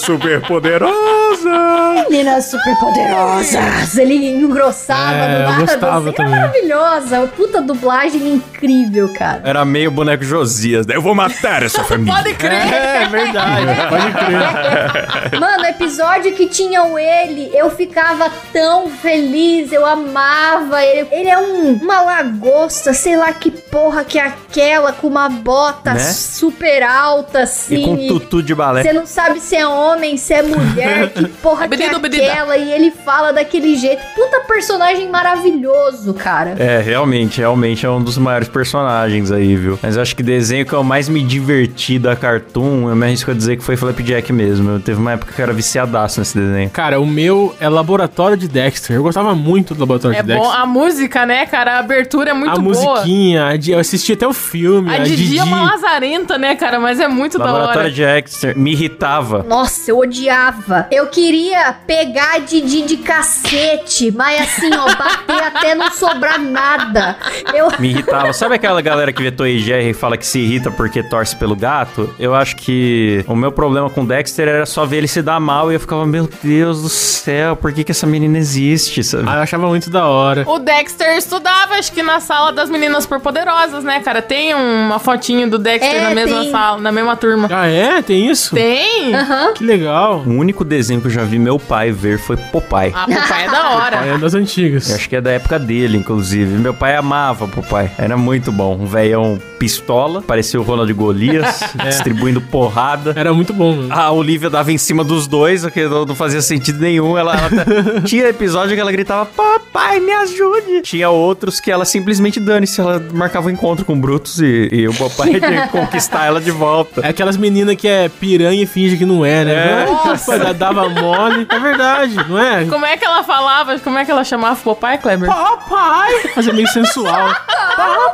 I: superpoderosa.
C: Meninas Superpoderosas! Ele engrossava
D: É, eu
C: do nada.
D: gostava
C: assim, é
D: também.
C: maravilhosa. Puta dublagem incrível,
A: [LAUGHS]
C: cara.
A: Era meio boneco Josias, né? Eu vou matar essa
E: [LAUGHS]
A: família.
E: Pode crer.
D: É,
A: [LAUGHS]
D: verdade. Pode crer.
C: Mano, episódio que tinha o ele, eu ficava tão feliz, eu amava ele. Ele é um, uma lagosta, sei lá que porra que é aquela, com uma bota
A: Né?
C: super alta, assim.
A: E com
C: e-
A: tutu de balé.
C: Você não sabe se é homem, se é mulher, que porra que é
E: Abdido, abdida.
C: aquela, e ele fala daquele jeito. Puta personagem maravilhoso, cara.
A: É, realmente, realmente é um dos maiores personagens aí, viu? Mas eu acho que desenho que eu mais me diverti da Cartoon, eu me arrisco a dizer que foi Flapjack mesmo. Eu teve uma época que eu era viciadaço nesse desenho.
D: Cara, o meu é Laboratório de Dexter. Eu gostava muito do Laboratório
E: É
D: de Dexter.
E: bom. A música, né, cara? A abertura é muito
D: a
E: boa.
D: musiquinha, a Di- eu assisti até o filme.
E: A Didi, é uma lazarenta, né, cara? Mas é muito da
A: Laboratório
E: hora.
A: de Dexter me irritava.
C: Nossa, eu odiava. Eu queria pegar a Didi de cacete, mas assim, ó, bater até não sobrar nada. Eu. [LAUGHS]
A: Me irritava. Sabe aquela galera que vê Toy e Jerry e fala que se irrita porque torce pelo gato? Eu acho que o meu problema com Dexter era só ver ele se dar mal e eu ficava, meu Deus do céu, por que, que essa menina existe? Sabe?
D: Ah, eu achava muito da hora.
E: O Dexter estudava, acho que na sala das meninas numerosas, né, cara? Tem uma fotinho do Dexter
C: É,
E: na mesma
C: tem.
E: sala, na mesma turma.
D: Ah, é? Tem isso?
E: Tem?
C: Aham.
D: Que legal.
A: O único desenho que eu já vi meu pai ver foi Popeye.
E: Ah, papai é
D: [LAUGHS]
E: da hora.
D: É das antigas.
A: Eu acho que é da época dele, inclusive. Meu pai amava Popeye. Era muito bom. Um velhão pistola, parecia o Ronald Golias, distribuindo porrada.
D: Era muito bom, mano.
A: A Olivia dava em cima dos dois, o que não não fazia sentido nenhum. Ela, ela
D: [LAUGHS]
A: tá- tinha episódio que ela gritava, papai, me ajude. Tinha outros que ela simplesmente dane-se. Ela marcava um encontro com o Brutus e, e o papai tinha que conquistar ela de volta.
D: [LAUGHS] É aquelas meninas que é piranha e finge que não é, né?
A: É.
D: Nossa. Ela dava mole. É verdade, não é?
E: Como é que ela falava? Como é que ela chamava o papai, Kleber?
D: Papai! Fazer meio sensual.
C: Ah,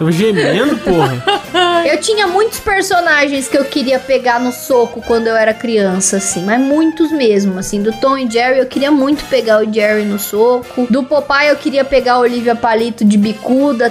D: Eu gemendo, porra.
C: Eu tinha muitos personagens que eu queria pegar no soco quando eu era criança, assim, mas muitos mesmo, assim, do Tom e Jerry eu queria muito pegar o Jerry no soco, do Popeye eu queria pegar a Olivia Palito de bicuda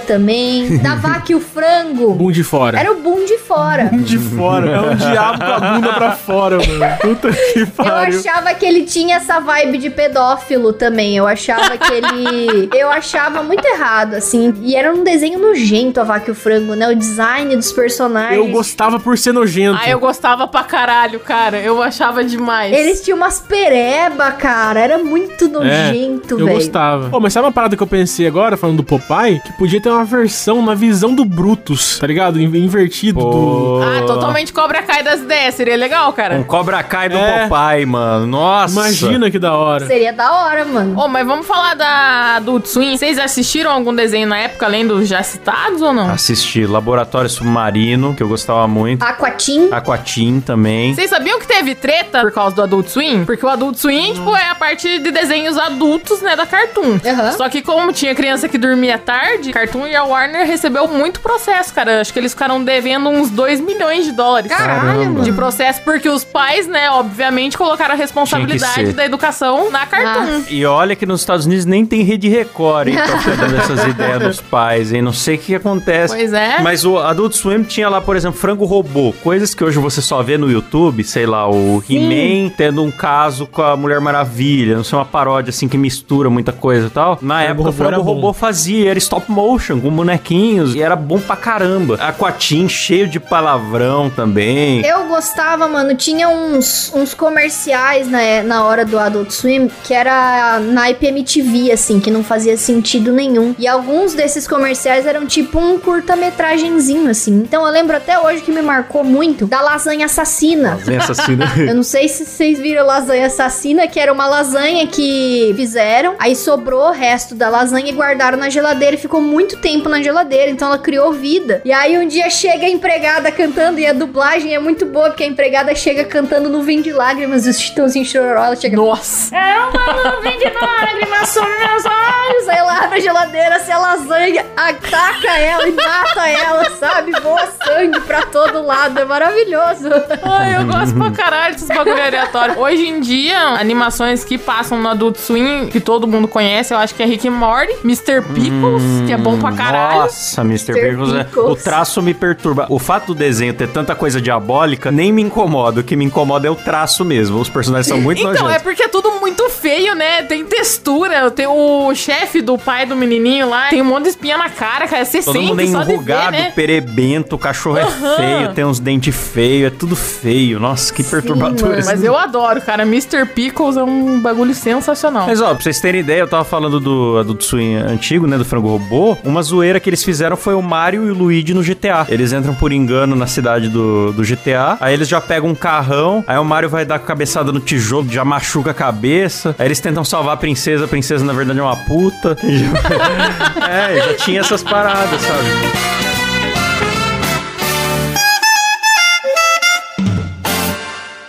D: [LAUGHS]
C: também, da vaca e o frango,
D: Bum de fora.
C: era o boom de fora.
D: Bum de fora. É um diabo com a bunda pra fora, mano. Puta que
C: Eu
D: pariu.
C: achava que ele tinha essa vibe de pedófilo também. Eu achava
D: [LAUGHS]
C: que ele. Eu achava muito errado, assim. E era um desenho nojento a vaca e o frango, né? O design dos personagens.
D: Eu gostava por ser nojento.
E: Ah, eu gostava pra caralho, cara. Eu achava
D: É
E: demais.
C: Eles tinham umas pereba, cara. Era muito nojento,
D: É, Eu
C: velho.
D: gostava. Pô, mas sabe uma parada que eu pensei agora, falando do Popeye? Que podia ter uma versão na visão do Brutus, tá ligado? In- Invertido. do-
E: Ah, totalmente cobra cai das ideias. Seria legal,
A: Um
E: cara.
A: Cobra Kai do
D: É.
A: Popeye, mano. Nossa.
D: Imagina que da hora.
C: Seria da hora, mano.
E: Ô, mas vamos falar da Adult Swim. Vocês assistiram algum desenho na época, além dos já citados ou não?
A: Assisti Laboratório Submarino, que eu gostava muito.
C: Aquatim.
A: Aquatim também.
E: Vocês sabiam que teve treta por causa do Adult Swim? Porque o Adult Swim, tipo, é a parte de desenhos adultos, né, da Cartoon.
C: Aham.
E: Só que como tinha criança que dormia tarde, Cartoon e a Warner recebeu muito processo, cara. Acho que eles ficaram devendo uns 2 milhões de dólares.
C: Caralho, mano.
E: De processo, porque os pais, né, obviamente, colocaram
A: Tinha
E: a
A: que
E: responsabilidade
A: ser.
E: da educação na
C: Ah.
E: Cartoon.
A: E olha que nos Estados Unidos nem tem rede Record, hein? Pra ficar dando essas ideias dos pais, hein? Não sei o que acontece.
E: Pois é.
A: Mas o Adult Swim tinha lá, por exemplo, frango robô. Coisas que hoje você só vê no YouTube, sei lá, o He-Man tendo um caso com a Mulher Maravilha. Não sei, uma paródia assim que mistura muita coisa e tal. Na época,
D: Robô
A: o frango
D: era bom.
A: robô fazia. Era stop motion, com bonequinhos. E era bom pra caramba. Aquatim cheio de palavrão
E: [LAUGHS]
A: também.
C: Eu gostava, mano. Tinha uns, uns comerciais na, na hora do Adult Swim que era na IPMTV, assim, que não fazia sentido nenhum. E alguns desses comerciais eram tipo um curta-metragenzinho, assim. Então eu lembro até hoje que me marcou muito da lasanha assassina.
A: Nessa cena.
C: Eu não sei se vocês viram lasanha assassina, que era uma lasanha que fizeram, aí sobrou o resto da lasanha e guardaram na geladeira e ficou muito tempo na geladeira, então ela criou vida. E aí um dia chega a empregada cantando e a dublagem é muito boa, porque a empregada chega cantando nuvem de lágrimas, os titãozinhos chororó, ela chega.
E: Nossa.
C: É uma nuvem de lágrimas sobre meus olhos. Aí ela abre a geladeira, se a lasanha ataca ela e mata ela, sabe? Boa sangue pra todo lado. É maravilhoso. [LAUGHS]
E: Ai, eu gosto pra caralho desses bagulho aleatório. Hoje em dia, animações que passam no Adult Swim, que todo mundo conhece, eu acho que é Rick and Morty, Mr. Pickles, que é bom pra caralho.
A: Hum, Nossa, Mr.
C: Mr.
A: Pickles, é-
C: Pickles.
A: o traço me perturba. O fato do desenho ter tanta coisa diabólica nem me incomoda. O que me incomoda é o traço mesmo. Os personagens são muito
E: Então, é
A: nojentos.
E: porque é tudo muito feio, né? Tem textura. Tem o chefe do pai do menininho lá, tem um monte de espinha na cara, cara. Você
A: Todo mundo é
E: sente só de ver,
A: enrugado,
E: né?
A: perebento, o cachorro é
E: Aham.
A: feio, tem uns dentes feios, é tudo feio. Nossa, que perturbador.
C: mano,
A: isso.
E: Mas eu adoro, cara. Mr. Pickles é um bagulho sensacional.
A: Mas ó, pra vocês terem ideia, eu tava falando do Adult Swim antigo, né, do Frango Robô. Uma zoeira que eles fizeram foi o Mario e o Luigi no GTA. Eles entram por engano na cidade do, do GTA, aí eles já pegam um carrão, aí o Mario vai dar cabeçada no tijolo, já machuca a cabeça, aí eles tentam salvar a princesa, a princesa na verdade é uma puta. [LAUGHS] é, já tinha essas paradas, sabe?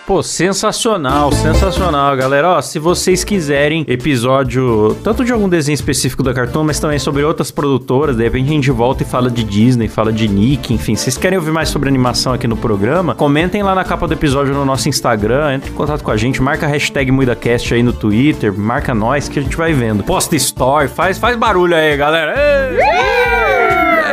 A: Pô, sensacional, sensacional, galera. Ó, se vocês quiserem episódio tanto de algum desenho específico da Cartoon, mas também sobre outras produtoras, de repente a gente volta e fala de Disney, fala de Nick, enfim. Vocês querem ouvir mais sobre animação aqui no programa? Comentem lá na capa do episódio no nosso Instagram, entre em contato com a gente, marca a hashtag MuidaCast aí no Twitter, marca nós que a gente vai vendo. Posta story, faz, faz barulho aí, galera. Ei!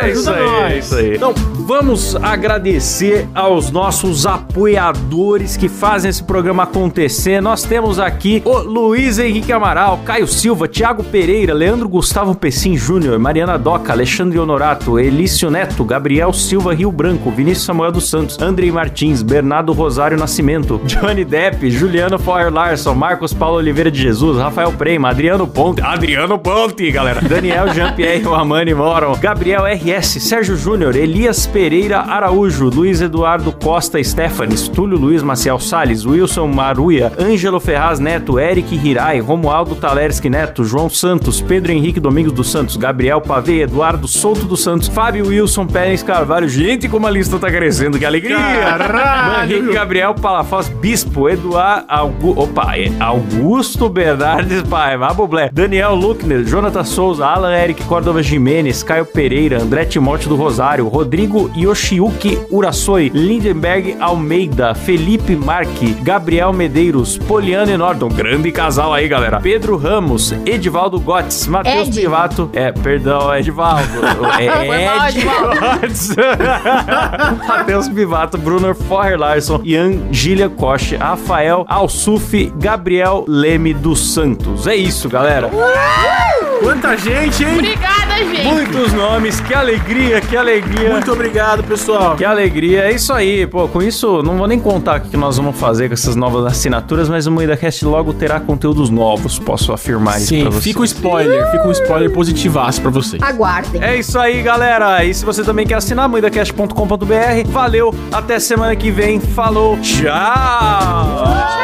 A: É isso aí, é isso aí.
D: Não,
A: vamos agradecer aos nossos apoiadores que fazem esse programa acontecer. Nós temos aqui o Luiz Henrique Amaral, Caio Silva, Thiago Pereira, Leandro Gustavo Pessim Júnior, Mariana Doca, Alexandre Honorato, Elício Neto, Gabriel Silva Rio Branco, Vinícius Samuel dos Santos, Andrei Martins, Bernardo Rosário Nascimento, Johnny Depp, Juliano Foyer Larson, Marcos Paulo Oliveira de Jesus, Rafael Prema, Adriano Ponte, Adriano Ponte, galera, Daniel Jean-Pierre Romani Moron, Gabriel RS, Sérgio Júnior, Elias Pereira Araújo, Luiz Eduardo Costa Stefanes, Túlio Luiz Maciel Salles, Wilson Maruia, Ângelo Ferraz Neto, Eric Hirai, Romualdo Talersky Neto, João Santos, Pedro Henrique Domingos dos Santos, Gabriel Pavê, Eduardo Souto dos Santos, Fábio Wilson Pérez Carvalho. Gente, como a lista tá crescendo, que alegria!
D: Caralho!
A: Henrique Gabriel Palafós Bispo, Eduardo Augusto, opa, é Augusto Bernardes Paiva, Bublé, Daniel Luckner, Jonathan Souza, Alan Eric Córdova Jimenez, Caio Pereira, André Timóteo do Rosário, Rodrigo Yoshiyuki Urasoi, Lindenberg Almeida, Felipe Marque, Gabriel Medeiros, Poliano e Norton, grande casal aí, galera. Pedro Ramos, Edivaldo Gottes, Matheus
C: Ed.
A: Privato, é, perdão, Edivaldo. [LAUGHS]
E: Foi mal,
A: É, Ed
E: Edivaldo.
A: Gottes. [LAUGHS] Matheus Pivato, Bruno Forrer Larson, Ian Gília Koch, Rafael Alsuf, Gabriel Leme dos Santos. É isso, galera.
D: Quanta gente, hein?
E: Obrigada, gente.
A: Muitos nomes, que alegria, que alegria.
D: Muito obrigado, pessoal.
A: Que alegria, é isso aí, pô. Com isso, não vou nem contar o que nós vamos fazer com essas novas assinaturas, mas o MoedaCast logo terá conteúdos novos, posso afirmar isso
B: Sim,
A: pra vocês.
B: fica um spoiler, fica um spoiler positivaço pra
C: Ah,
B: vocês.
C: Aguardem.
A: É isso aí, galera. E se você também quer assinar, moedacast.com.br. Valeu, até semana que vem. Falou, tchau!